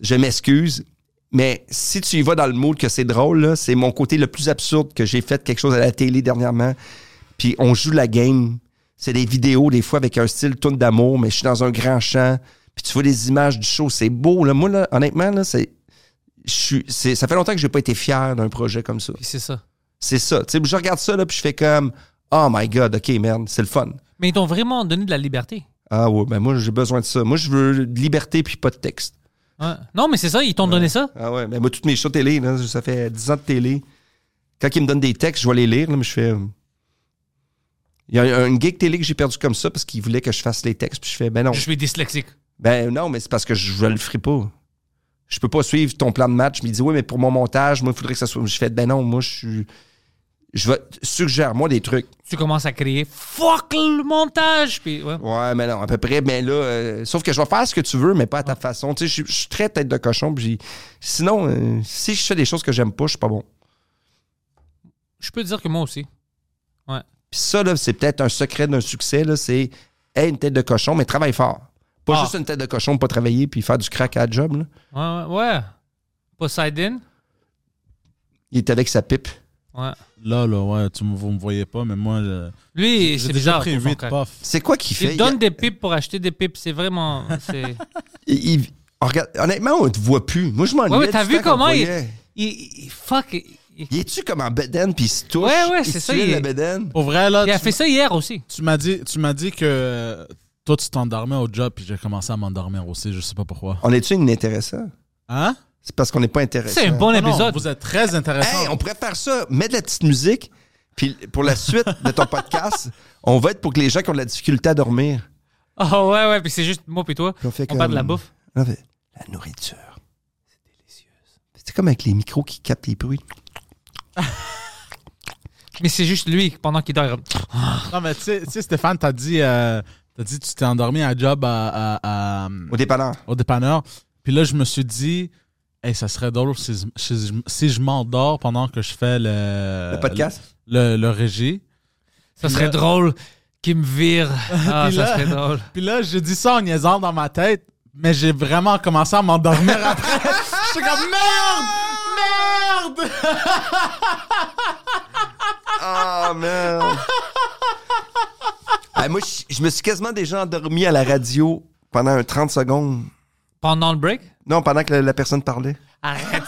D: je m'excuse, mais si tu y vas dans le mood que c'est drôle, là, c'est mon côté le plus absurde que j'ai fait quelque chose à la télé dernièrement. Puis on joue la game. C'est des vidéos, des fois, avec un style tune d'amour, mais je suis dans un grand champ. Puis tu vois les images du show, c'est beau. Là. Moi, là, honnêtement, là, c'est, je suis, c'est- ça fait longtemps que j'ai pas été fier d'un projet comme ça.
B: Puis c'est ça.
D: C'est ça. Tu sais, je regarde ça, là, puis je fais comme, oh my god, ok, merde, c'est le fun.
B: Mais ils t'ont vraiment donné de la liberté.
D: Ah ouais, ben moi, j'ai besoin de ça. Moi, je veux de liberté puis pas de texte.
B: Ouais. Non, mais c'est ça, ils t'ont donné ça.
D: Ah ouais, ben moi, toutes mes shows télé, là, ça fait 10 ans de télé. Quand ils me donnent des textes, je vais les lire, là, mais je fais. euh, Il y a une geek télé que j'ai perdu comme ça parce qu'il voulait que je fasse les textes, puis je fais, ben non.
B: Je suis dyslexique.
D: Ben non, mais c'est parce que je ne le ferai pas. Je peux pas suivre ton plan de match. Je me dis, oui, mais pour mon montage, moi, il faudrait que ça soit. Je fais, ben non, moi, je suis. Je vais. Suggère-moi des trucs.
B: Tu commences à crier « Fuck le montage! » Puis ouais.
D: Ouais, mais non, à peu près. Mais là, euh, sauf que je vais faire ce que tu veux, mais pas à ta façon. Tu sais, je suis- je suis très tête de cochon. Puis j'ai- sinon, euh, si je fais des choses que j'aime pas, je suis pas bon.
B: Je peux dire que moi aussi. Ouais.
D: Puis ça, là, c'est peut-être un secret d'un succès. Là, c'est hey, une tête de cochon, mais travaille fort. Pas
B: Ah.
D: juste une tête de cochon, pour pas travailler puis faire du crack à la job. là.
B: Ouais, ouais, ouais. Poseidon?
D: Il est avec sa pipe.
B: Ouais.
E: Là, là, ouais, tu, me- vous me voyez pas, mais moi, je-
B: Lui,
E: j'ai
B: c'est bizarre.
E: déjà pris
B: pour son
E: 8
B: crack.
E: puffs.
D: C'est quoi qu'il fait?
B: Il donne des pipes pour acheter des pipes. C'est vraiment... c'est-
D: Il- il- on regarde- honnêtement, on te voit plus. Moi, je m'en
B: Ouais, ouais,
D: ouais,
B: t'as vu comment il, il- il- Fuck. il- il-
D: Il est-tu comme en bedaine puis il se touche?
B: Ouais, ouais,
D: Il
B: c'est
D: se
B: ça,
D: tuile
B: il-
D: la bedaine?
E: Au vrai, là,
B: il a
E: tu-
B: fait ça hier aussi.
E: Tu m'as dit, tu m'as dit que euh, toi tu t'endormais au job puis j'ai commencé à m'endormir aussi, je sais pas pourquoi.
D: On est-tu inintéressant?
E: Hein
D: C'est parce qu'on n'est pas intéressant.
B: C'est un bon
E: Non, non,
B: épisode.
E: vous êtes très intéressant.
D: Hey, on pourrait faire ça. Mets de la petite musique. Puis pour la suite de ton podcast, on va être pour que les gens qui ont de la difficulté à dormir.
B: Ah ouais, ouais, puis c'est juste moi puis toi.
D: Puis on fait
B: On
D: comme-
B: parle de la bouffe.
D: Ah, mais La nourriture. C'est délicieux. C'est comme avec les micros qui captent les bruits.
B: Mais c'est juste lui, pendant qu'il dort. il va-
E: Non mais tu sais- tu sais Stéphane, t'as dit, euh, t'as dit tu t'es endormi à job à, à- à-
D: Au dépanneur.
E: au dépanneur. Puis là je me suis dit, hey, ça serait drôle si, je- si je- si je m'endors pendant que je fais le,
D: Euh, Le podcast.
E: le, le régie.
B: Ça serait
E: Là-
B: drôle qu'il me vire. Ah,
E: Puis
B: ça
E: là-
B: serait drôle.
E: Puis là j'ai dit ça en niaisant dans ma tête, mais j'ai vraiment commencé à m'endormir après. Je suis comme merde, merde.
D: Ah, merde. Ah, moi, je, je me suis quasiment déjà endormi à la radio pendant un 30 secondes.
B: Pendant le break,
D: Non, pendant que la, la personne parlait.
B: arrête.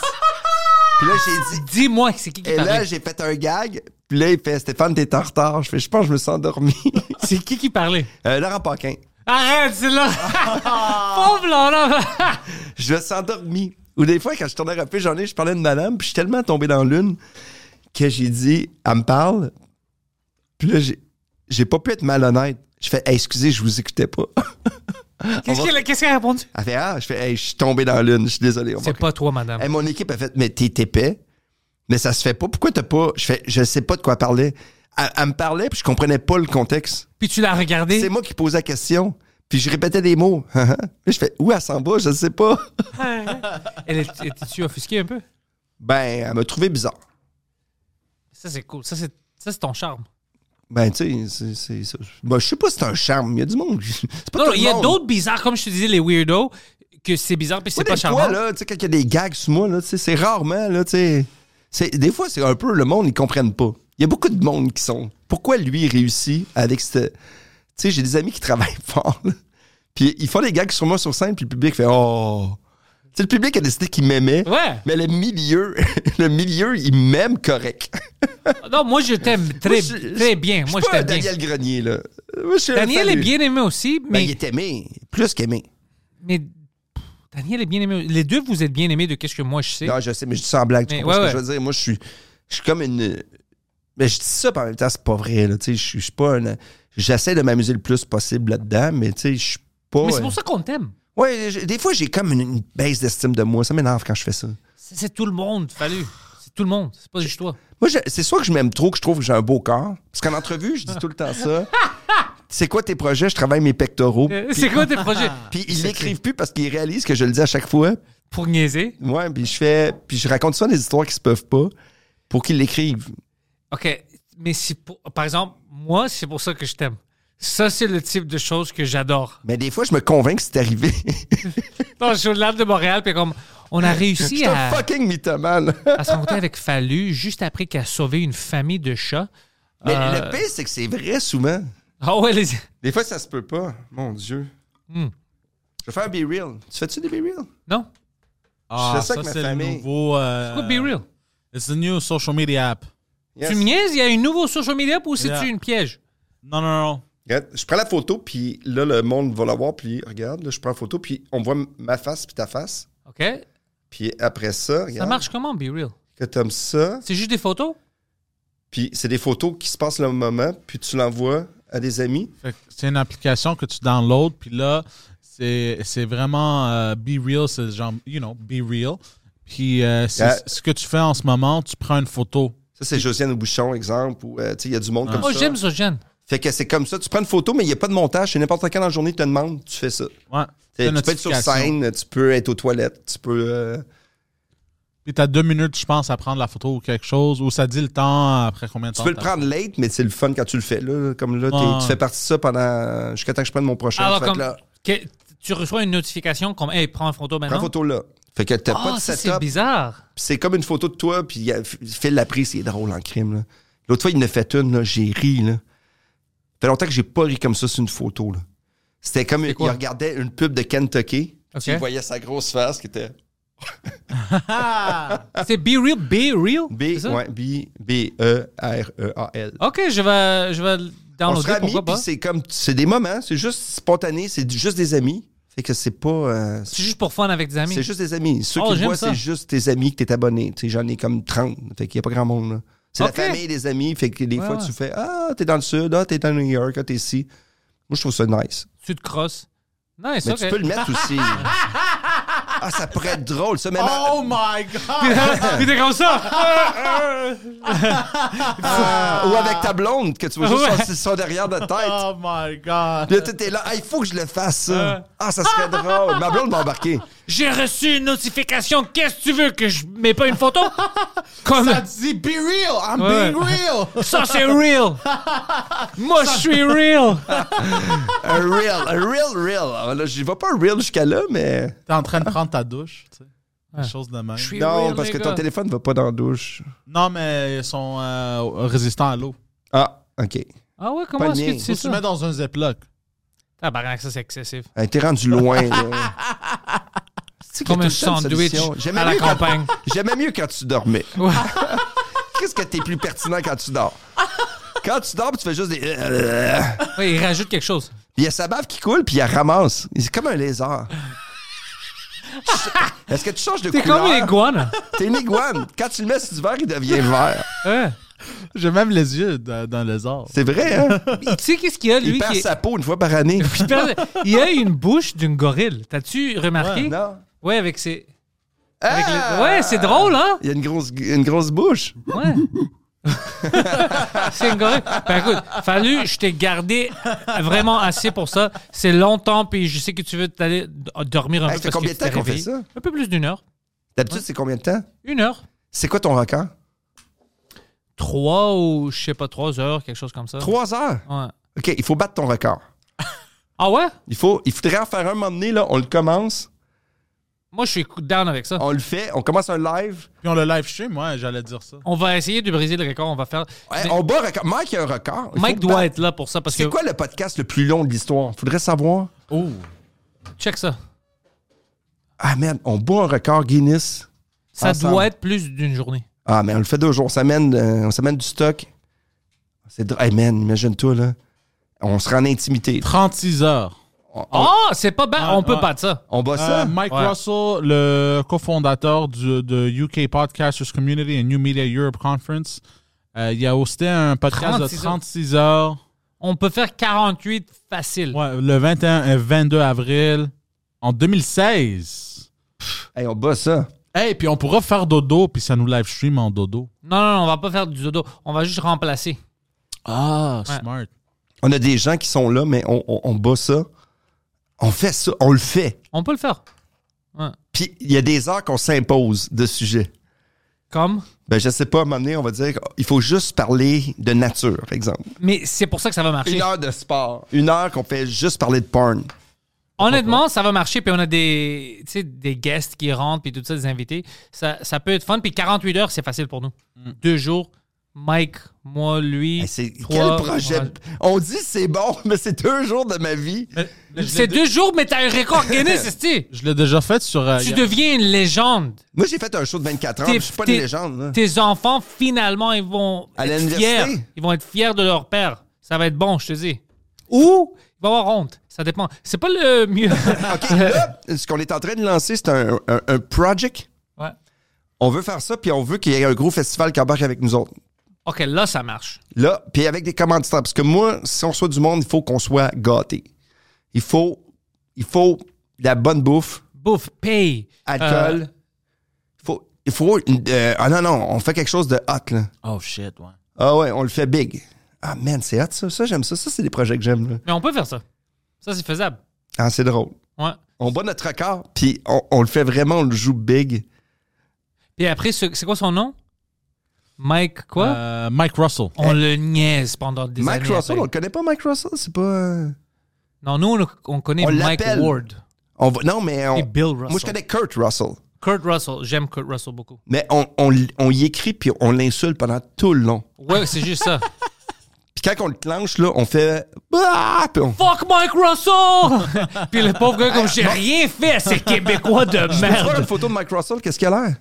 D: Puis là, j'ai dit.
B: Dis-moi c'est qui qui
D: Et là,
B: parlait.
D: j'ai fait un gag. Puis là, il fait Stéphane, t'es en retard. Je fais, je pense que je me suis endormi.
B: C'est qui qui parlait.
D: Euh, Laurent Paquin.
B: Arrête, c'est là. Pauvre Laurent.
D: je me suis endormi. Ou des fois, quand je tournais rapide, j'en ai, je parlais de madame, puis je suis tellement tombé dans l'une que j'ai dit, elle me parle. Puis là, j'ai- j'ai pas pu être malhonnête. Je fais, Hey, excusez, je vous écoutais pas.
B: Qu'est-ce qu'elle qu'est-ce qu'elle a répondu?
D: Elle fait, ah, je fais, Hey, je suis tombé dans l'une, je suis désolé. on va
B: C'est pas toi, madame.
D: Hey, mon équipe a fait, mais t'es épais, mais ça se fait pas. Pourquoi t'as pas. Je fais, je sais pas de quoi parler. Elle, elle me parlait, puis je comprenais pas le contexte.
B: Puis tu l'as
D: C'est
B: regardé.
D: moi qui posais la question, puis je répétais des mots. Puis je fais, où elle s'en va, je sais pas.
B: Elle est- Étais-tu offusqué un peu?
D: Ben, elle m'a trouvé bizarre.
B: Ça, c'est cool. Ça, c'est ça, c'est ton charme.
D: Ben, tu sais, c'est- c'est ça. Ben, je sais pas si c'est un charme. Il y a du monde. C'est pas
B: Non, non,
D: tout le
B: il y a
D: monde.
B: d'autres bizarres, comme je te disais, les weirdos, que c'est bizarre puis
D: Moi,
B: c'est pas
D: des
B: charmant.
D: fois, là, tu sais, quand il y a des gags sur moi, là, tu sais, c'est rarement, là, tu sais. c'est- Des fois, c'est un peu le monde, ils comprennent pas. Il y a beaucoup de monde qui sont. Pourquoi lui il réussit avec cette. Tu sais, j'ai des amis qui travaillent fort, là. Puis ils font des gags sur moi sur scène, puis le public fait Oh. Tu sais, le public a décidé qu'il m'aimait.
B: Ouais.
D: Mais le milieu, le milieu, il m'aime correct.
B: Non, moi, je t'aime très,
D: Moi, je-
B: très bien. Moi, je
D: je suis pas un
B: t'aime bien.
D: Daniel Grenier, là. Moi, je suis un
B: Daniel est
D: salut.
B: bien aimé aussi,
D: Ben,
B: mais,
D: il est aimé, plus qu'aimé.
B: mais pff, Daniel est bien aimé. Les deux, vous êtes bien aimés de qu'est-ce que moi je sais.
D: Non, je sais, mais je dis ça en blague. Tu
B: Mais
D: comprends
B: ouais,
D: ce que
B: ouais.
D: je veux dire? Moi, je suis, je suis comme une. Mais je dis ça, par en même temps, c'est pas vrai. Là. Tu sais, Je, suis- je suis pas un. J'essaie de m'amuser le plus possible là-dedans, mais tu sais, je suis Pas,
B: Mais c'est
D: euh,
B: pour ça qu'on t'aime.
D: Ouais, j'ai- des fois, j'ai comme une, une baisse d'estime de moi. Ça m'énerve quand je fais ça.
B: C'est c'est tout le monde, Fallu. C'est tout le monde. C'est pas juste toi.
D: Moi, je- c'est soit que je m'aime trop, que je trouve que j'ai un beau corps. Parce qu'en entrevue, je dis tout le temps ça. C'est quoi tes projets? Je travaille mes pectoraux.
B: C'est quoi tes projets?
D: Puis ils l'écrivent plus parce qu'ils réalisent que je le dis à chaque fois.
B: Pour niaiser.
D: Ouais, puis je fais. Puis je raconte ça des histoires qui se peuvent pas pour qu'ils l'écrivent.
B: OK. Mais si, pour- par exemple, moi, c'est pour ça que je t'aime. Ça, c'est le type de choses que j'adore.
D: Mais Ben, des fois, je me convainc que c'est arrivé.
B: Non, je suis au lab de Montréal, puis comme, on a
D: Je
B: réussi
D: suis un
B: à,
D: fucking mythomane.
B: à se rencontrer avec Fallu juste après qu'il a sauvé une famille de chats.
D: Mais
B: Euh,
D: le pire, c'est que c'est vrai souvent.
B: Ah ouais, les...
D: Des fois, ça se peut pas. Mon Dieu.
B: Hmm.
D: Je vais faire un Be Real. Tu fais-tu des Be Real?
B: Non?
E: Ah,
D: Je fais ça avec ma
E: c'est le
D: famille.
E: nouveau. euh,
B: Pourquoi Be Real?
E: It's the new social media app.
D: Yes.
B: Tu me niaises? Il y a une nouveau social media ou c'est-tu
E: Yeah.
B: une piège?
E: Non, non, non.
D: Regarde, je prends la photo, puis là, le monde va la voir, puis regarde, là, je prends la photo, puis on voit m- ma face, puis ta face.
B: OK? Ça
D: Puis après ça, regarde,
B: marche comment, Be Real?
D: que t'aimes ça,
B: C'est juste des photos?
D: puis c'est des photos qui se passent le moment, puis tu l'envoies à des amis.
E: Fait que C'est une application que tu downloads, puis là, c'est c'est vraiment euh, Be Real, c'est genre, you know, Be Real. Puis euh, c'est
D: Yeah.
E: ce que tu fais en ce moment, tu prends une photo.
D: Ça, c'est Josiane Bouchon, exemple, où euh, tu sais, il y a du monde comme
B: Oh,
D: ça.
B: j'aime ça, Jeanne.
D: Fait que c'est comme ça, tu prends une photo, mais il n'y a pas de montage, c'est n'importe quand dans la journée, ils te demandent, tu fais ça.
E: Ouais.
D: Tu
E: Une
D: peux être sur
E: notification.
D: scène, tu peux être aux toilettes, tu peux... euh,
E: Puis t'as deux minutes, je pense, à prendre la photo ou quelque chose, ou ça dit le temps euh, après combien de
D: Tu
E: temps.
D: peux le
E: t'as-
D: prendre late, mais c'est le fun quand tu le fais. Là, comme là, t'es-
E: Ouais.
D: tu fais partie de ça pendant jusqu'à temps que je prenne mon prochain.
B: Alors,
D: Fait que
B: comme,
D: là,
B: que- tu reçois une notification comme, hey, prends une photo
D: prends
B: maintenant.
D: photo là. Fait que t'as pas
B: Ah,
D: de
B: ça,
D: setup.
B: c'est bizarre.
D: Puis c'est comme une photo de toi, puis il y a- file la prise, c'est drôle en crime. là. L'autre fois, il ne fait une, là, j'ai ri. Là. fait longtemps que j'ai pas ri comme ça sur une photo. là. C'était comme il
B: quoi?
D: regardait une pub de Kentucky.
B: Ok.
D: Tu voyais sa grosse face qui était
B: Ah! C'est Be Real, Be Real?
D: B,
B: c'est ça? Ah,
D: ouais, B, B, E, R, E, A, L.
B: OK, je vais, je vais le
D: On se
B: downloader,
D: amis,
B: pourquoi
D: puis
B: pas?
D: c'est comme c'est des moments, c'est juste spontané, c'est du- juste des amis. Fait que c'est pas. euh,
B: C'est juste pour fun avec des amis.
D: C'est juste des amis. Ceux
B: Oh,
D: qui le
B: j'aime
D: voient,
B: ça.
D: c'est juste tes amis que t'es abonné. Tu sais, j'en ai comme 30. Fait qu'il n'y a pas grand monde. là. C'est
B: Ok.
D: la famille des amis. Fait que des
B: Ouais,
D: fois,
B: ouais.
D: tu fais Ah, t'es dans le sud, ah, t'es dans New York, ah, t'es ici. Moi, je trouve ça nice.
B: Tu te crosses. Nice,
D: Mais
B: OK.
D: tu peux le mettre aussi. ah, ça pourrait être drôle, ça. Même à-
E: Oh my god!
B: Puis Ah, t'es comme ça.
D: Ah, ou avec ta blonde, que tu vois juste
B: Ouais.
D: son, son derrière de tête.
E: Oh my god!
D: Puis Là, t'es là, Ah, il faut que je le fasse, ça. Ah, ça serait drôle. Ma blonde m'a embarqué.
B: J'ai reçu une notification. Qu'est-ce que tu veux que je mets pas une photo? Comme
E: Ça dit Be Real! I'm
B: Ouais.
E: being real!
B: ça, c'est real. Moi, je suis real.
D: Un real, un real, real. Alors Là, je vais pas un real jusqu'à là, mais.
E: T'es en train de prendre ta douche, tu sais. Quelque chose de même.
B: Je suis
D: Non,
B: real,
D: parce
B: les
D: que
B: gars.
D: ton téléphone va pas dans la douche.
E: Non, mais ils sont euh, résistants à l'eau.
D: Ah, OK.
B: Ah ouais, comment
D: Pas
B: est-ce que
D: mien.
B: tu sais
E: Faut que tu
B: ça?
E: le mets dans un Ziploc.
B: Tabarnak, ça, c'est excessif.
D: Hey, T'es rendu loin, là.
B: C'est comme un
D: qu'il y a tout le temps une
B: sandwich
D: solution. J'aimais
B: à la
D: mieux quand-
B: campagne.
D: J'aimais mieux quand tu dormais. Qu'est-ce que t'es plus pertinent quand tu dors? Quand tu dors, tu fais juste des... euh, Puis
B: Ouais, il rajoute quelque chose.
D: il y a sa bave qui coule, puis il la ramasse. C'est comme un lézard. Est-ce que tu changes de
B: T'es
D: couleur?
B: comme une iguane.
D: T'es une iguane. Quand tu le mets sur du verre, il devient vert.
B: Ouais.
E: J'ai même les yeux dans, dans les arbres.
D: C'est vrai, hein?
B: Tu sais qu'est-ce qu'il y a,
D: Il
B: lui,
D: perd
B: qui est-
D: sa peau une fois par année.
B: Il perd- Il a une bouche d'une gorille. T'as-tu remarqué?
D: non.
B: Ouais, avec ses... avec les-
D: Ah!
B: Ouais, c'est drôle, hein?
D: Il y a une grosse, une grosse bouche.
B: Ouais. c'est une gorille. Ben écoute, fallu, je t'ai gardé vraiment assez pour ça. C'est longtemps, puis je sais que tu veux t'aller d- dormir un
D: Hey,
B: peu.
D: ça fait
B: parce que
D: combien de
B: tu t'es
D: temps qu'on fait
B: réveillé.
D: ça?
B: Un peu plus d'une heure.
D: D'habitude, c'est combien de temps?
B: Une heure.
D: C'est quoi ton record?
B: Trois ou, je sais pas, trois heures, quelque chose comme ça.
D: Trois heures.
B: Ouais.
D: OK, il faut battre ton record.
B: Ah ouais?
D: Il, faut, il faudrait en faire un moment donné, là. On le commence,
B: Moi, je suis down avec ça.
D: on le fait, on commence un live.
E: Puis on le live stream, ouais, j'allais dire ça.
B: On va essayer de briser le record. On va faire...
D: Ouais,
B: Mais
D: on bat un record. Mike a un record. Il
B: Mike
D: faut
B: doit
D: battre-
B: être là pour ça parce que...
D: C'est quoi le podcast le plus long de l'histoire? Faudrait savoir.
E: Oh!
B: Check ça.
D: Ah, man, on bat un record Guinness.
B: Ça
D: Ensemble.
B: doit être plus d'une journée.
D: Ah, mais on le fait deux jours. On s'amène, euh, on s'amène du stock. C'est drôle. Hey, man, imagine-toi, là. On se rend en intimité.
E: 36 heures.
B: Oh, c'est pas bad.
D: Ah,
E: Ouais,
B: on peut
E: ouais.
B: battre ça.
D: On bat
E: Euh,
D: ça?
E: Mike
B: Ouais.
E: Russell, le cofondateur du, de UK Podcasters Community and New Media Europe Conference, euh, il a hosté un podcast
B: 36
E: de
B: heures.
E: 36 heures.
B: on peut faire 48 facile.
E: Ouais, le 21 et 22 avril en 2016.
D: Hey, on bat ça.
E: Hey, puis on pourra faire dodo, puis ça nous live stream en dodo.
B: Non, non, non, on va pas faire du dodo. On va juste remplacer.
E: Ah, smart.
D: On a des gens qui sont là, mais on, on, on bat ça. On fait ça, on le fait.
B: On peut le faire. Ouais.
D: Puis il y a des heures qu'on s'impose de sujets.
B: Comme.
D: Ben, je sais pas, à un moment donné, on va dire qu'il faut juste parler de nature, par exemple.
B: Mais c'est pour ça que ça va marcher.
D: Une heure de sport. Une heure qu'on fait juste parler de porn.
B: Honnêtement, ça va marcher. Puis on a des, tu sais, des guests qui rentrent, puis tout ça, des invités. Ça, ça peut être fun. Puis 48 heures, c'est facile pour nous. Deux jours. Mike, moi, lui.
D: Hey, c'est-
B: toi,
D: quel projet?
B: moi.
D: On dit c'est bon, mais c'est deux jours de ma vie.
B: C'est deux jours, mais t'as un record Guinness, esti.
E: Je l'ai déjà fait sur. euh,
B: Tu
E: y a-
B: deviens une légende.
D: Moi, j'ai fait un show de 24 heures, puis Ah, je suis pas
B: Tes-
D: une légende. là.
B: Tes enfants, finalement, ils vont
D: À
B: être
D: l'université?
B: fiers. Ils vont être fiers de leur père. Ça va être bon, je te dis. Ou ils vont avoir honte. Ça dépend. C'est pas le mieux.
D: OK, là, ce qu'on est en train de lancer, c'est un, un- un project.
B: Ouais.
D: On veut faire ça, puis on veut qu'il y ait un gros festival qui embarque avec nous autres.
B: OK, là, ça marche.
D: Là, puis avec des commanditaires. Parce que moi, si on soit du monde, il faut qu'on soit gâté. Il faut, il faut de la bonne bouffe,
B: Bouffe, paye. Euh,
D: alcool. Il faut. Il faut une- euh, ah non, non, on fait quelque chose de hot, là.
E: Oh shit, ouais.
D: Ah ouais, on le fait big. Ah man, c'est hot, ça. Ça, j'aime ça. Ça, c'est des projets que j'aime, là.
B: Mais on peut faire ça. Ça, c'est faisable.
D: Ah, c'est drôle.
B: Ouais.
D: On bat notre record, puis on, on le fait vraiment, on le joue big.
B: Puis après, ce- c'est quoi son nom? Mike quoi?
E: Euh, Mike Russell.
B: on le niaise pendant des
D: Mike
B: années.
D: Russell, on
B: après.
D: le connaît pas, Mike Russell? C'est pas. euh,
B: Non, nous, on, on connaît
D: On
B: Mike
D: l'appelle.
B: Ward.
D: On va- non, mais. on-
B: Et Bill Russell.
D: Moi, je connais Kurt Russell.
B: Kurt Russell. J'aime Kurt Russell beaucoup.
D: Mais on, on, l- on y écrit, puis on l'insulte pendant tout le long.
B: Ouais, c'est juste ça.
D: Puis quand on le clenche, là, on fait. Ah! Puis on.
B: Fuck Mike Russell! Puis le pauvre gars, comme j'ai rien fait à ces Québécois de
D: Tu vois une
B: merde.
D: photo de Mike Russell, qu'est-ce qu'il a l'air?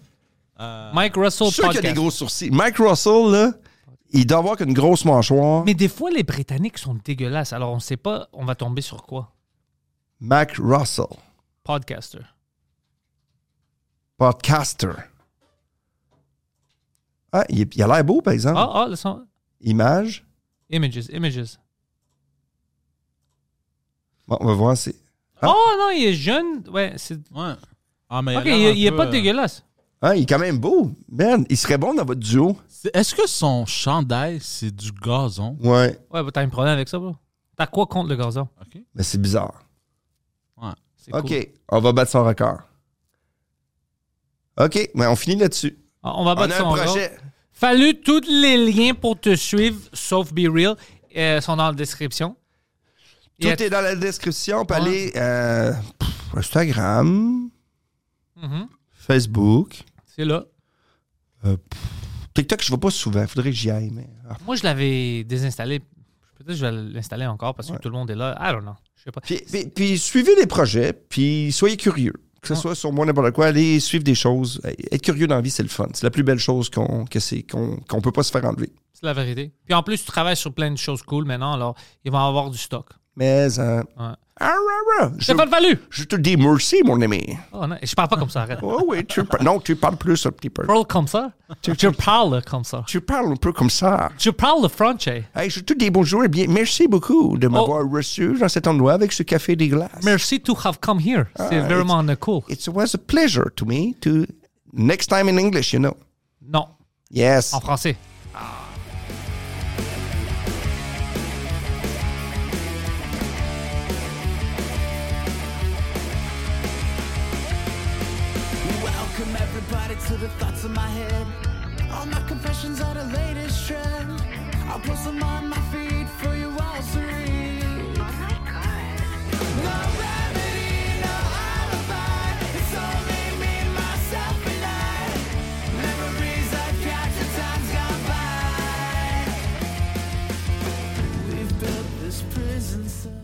B: Mike Russell
D: Je suis sûr qu'il a des
B: podcast.
D: gros sourcils. Mike Russell, là, il doit avoir qu'une grosse mâchoire.
B: Mais des fois, les Britanniques sont dégueulasses. Alors, on sait pas, on va tomber sur quoi?
D: Mike Russell,
B: Podcaster.
D: podcaster. Ah, il, est- il a l'air beau, par exemple.
B: Ah, ah, le son.
D: Image.
B: Images, images.
D: Bon, on va voir. C'est... Ah.
B: Oh non, il est jeune. Ouais, c'est.
E: Ouais. Ah, mais
B: Ok,
E: a
B: il,
E: l'air un
B: il est
E: peu,
B: pas
E: euh,
B: dégueulasse.
D: Ah, il est quand même beau. Man, il serait bon dans votre duo.
E: c'est- Est-ce que son chandail, c'est du gazon?
D: Ouais.
B: Ouais, bah, t'as un problème avec ça, bro. T'as quoi contre le gazon?
E: OK.
D: Mais c'est bizarre.
E: Ouais.
B: C'est
D: OK,
B: cool.
D: on va battre son record. OK, mais on finit là-dessus.
B: Ah, On va
D: On
B: battre
D: a
B: son
D: un
B: record.
D: projet.
B: Fallu tous les liens pour te suivre, sauf Be Real, euh, sont dans la description.
D: Tout
B: Et-
D: est dans la description. On peut
B: Ouais.
D: aller euh, pff, Instagram,
B: Mm-hmm.
D: Facebook,
B: C'est là.
D: euh, pff, TikTok, je ne vais pas souvent. faudrait que j'y aille. Mais... Ah.
B: Moi, je l'avais désinstallé. Peut-être que je vais l'installer encore parce que tout le monde est là. I don't know. Je sais pas.
D: Puis, puis- puis suivez les projets, puis soyez curieux. Que ce soit sur moi, n'importe quoi, allez suivre des choses. Euh, Être curieux dans la vie, c'est le fun. C'est la plus belle chose qu'on que c'est- qu'on qu'on peut pas se faire enlever.
B: C'est la vérité. Puis en plus, tu travailles sur plein de choses cool maintenant, alors ils vont avoir du stock.
D: Mais, euh,
B: Ouais.
D: ah, ah, ah, je,
B: Stéphane Fallu!
D: je te dis merci, mon ami.
B: Oh, non, je parle pas comme ça, arrête.
D: Oh oui, tu par- non, tu parles plus un petit peu.
B: Je parle comme ça. Je je parle comme ça.
D: Tu parles un peu comme ça.
B: Je parle le français.
D: Hey, je te dis bonjour et bien, merci beaucoup de m'avoir reçu dans cet endroit avec ce café des glaces.
B: Merci to have come here. C'est vraiment cool.
D: It was a pleasure to me to next time in English, you know.
B: Non,
D: Yes.
B: en français.
C: Welcome everybody to the thoughts in my head. All my confessions are the latest trend. I'll post them on my feed for you all to read. Oh my god. No remedy, no alibi. It's only me, myself, and I. Memories I capture, time's gone by. We've built this prison cell.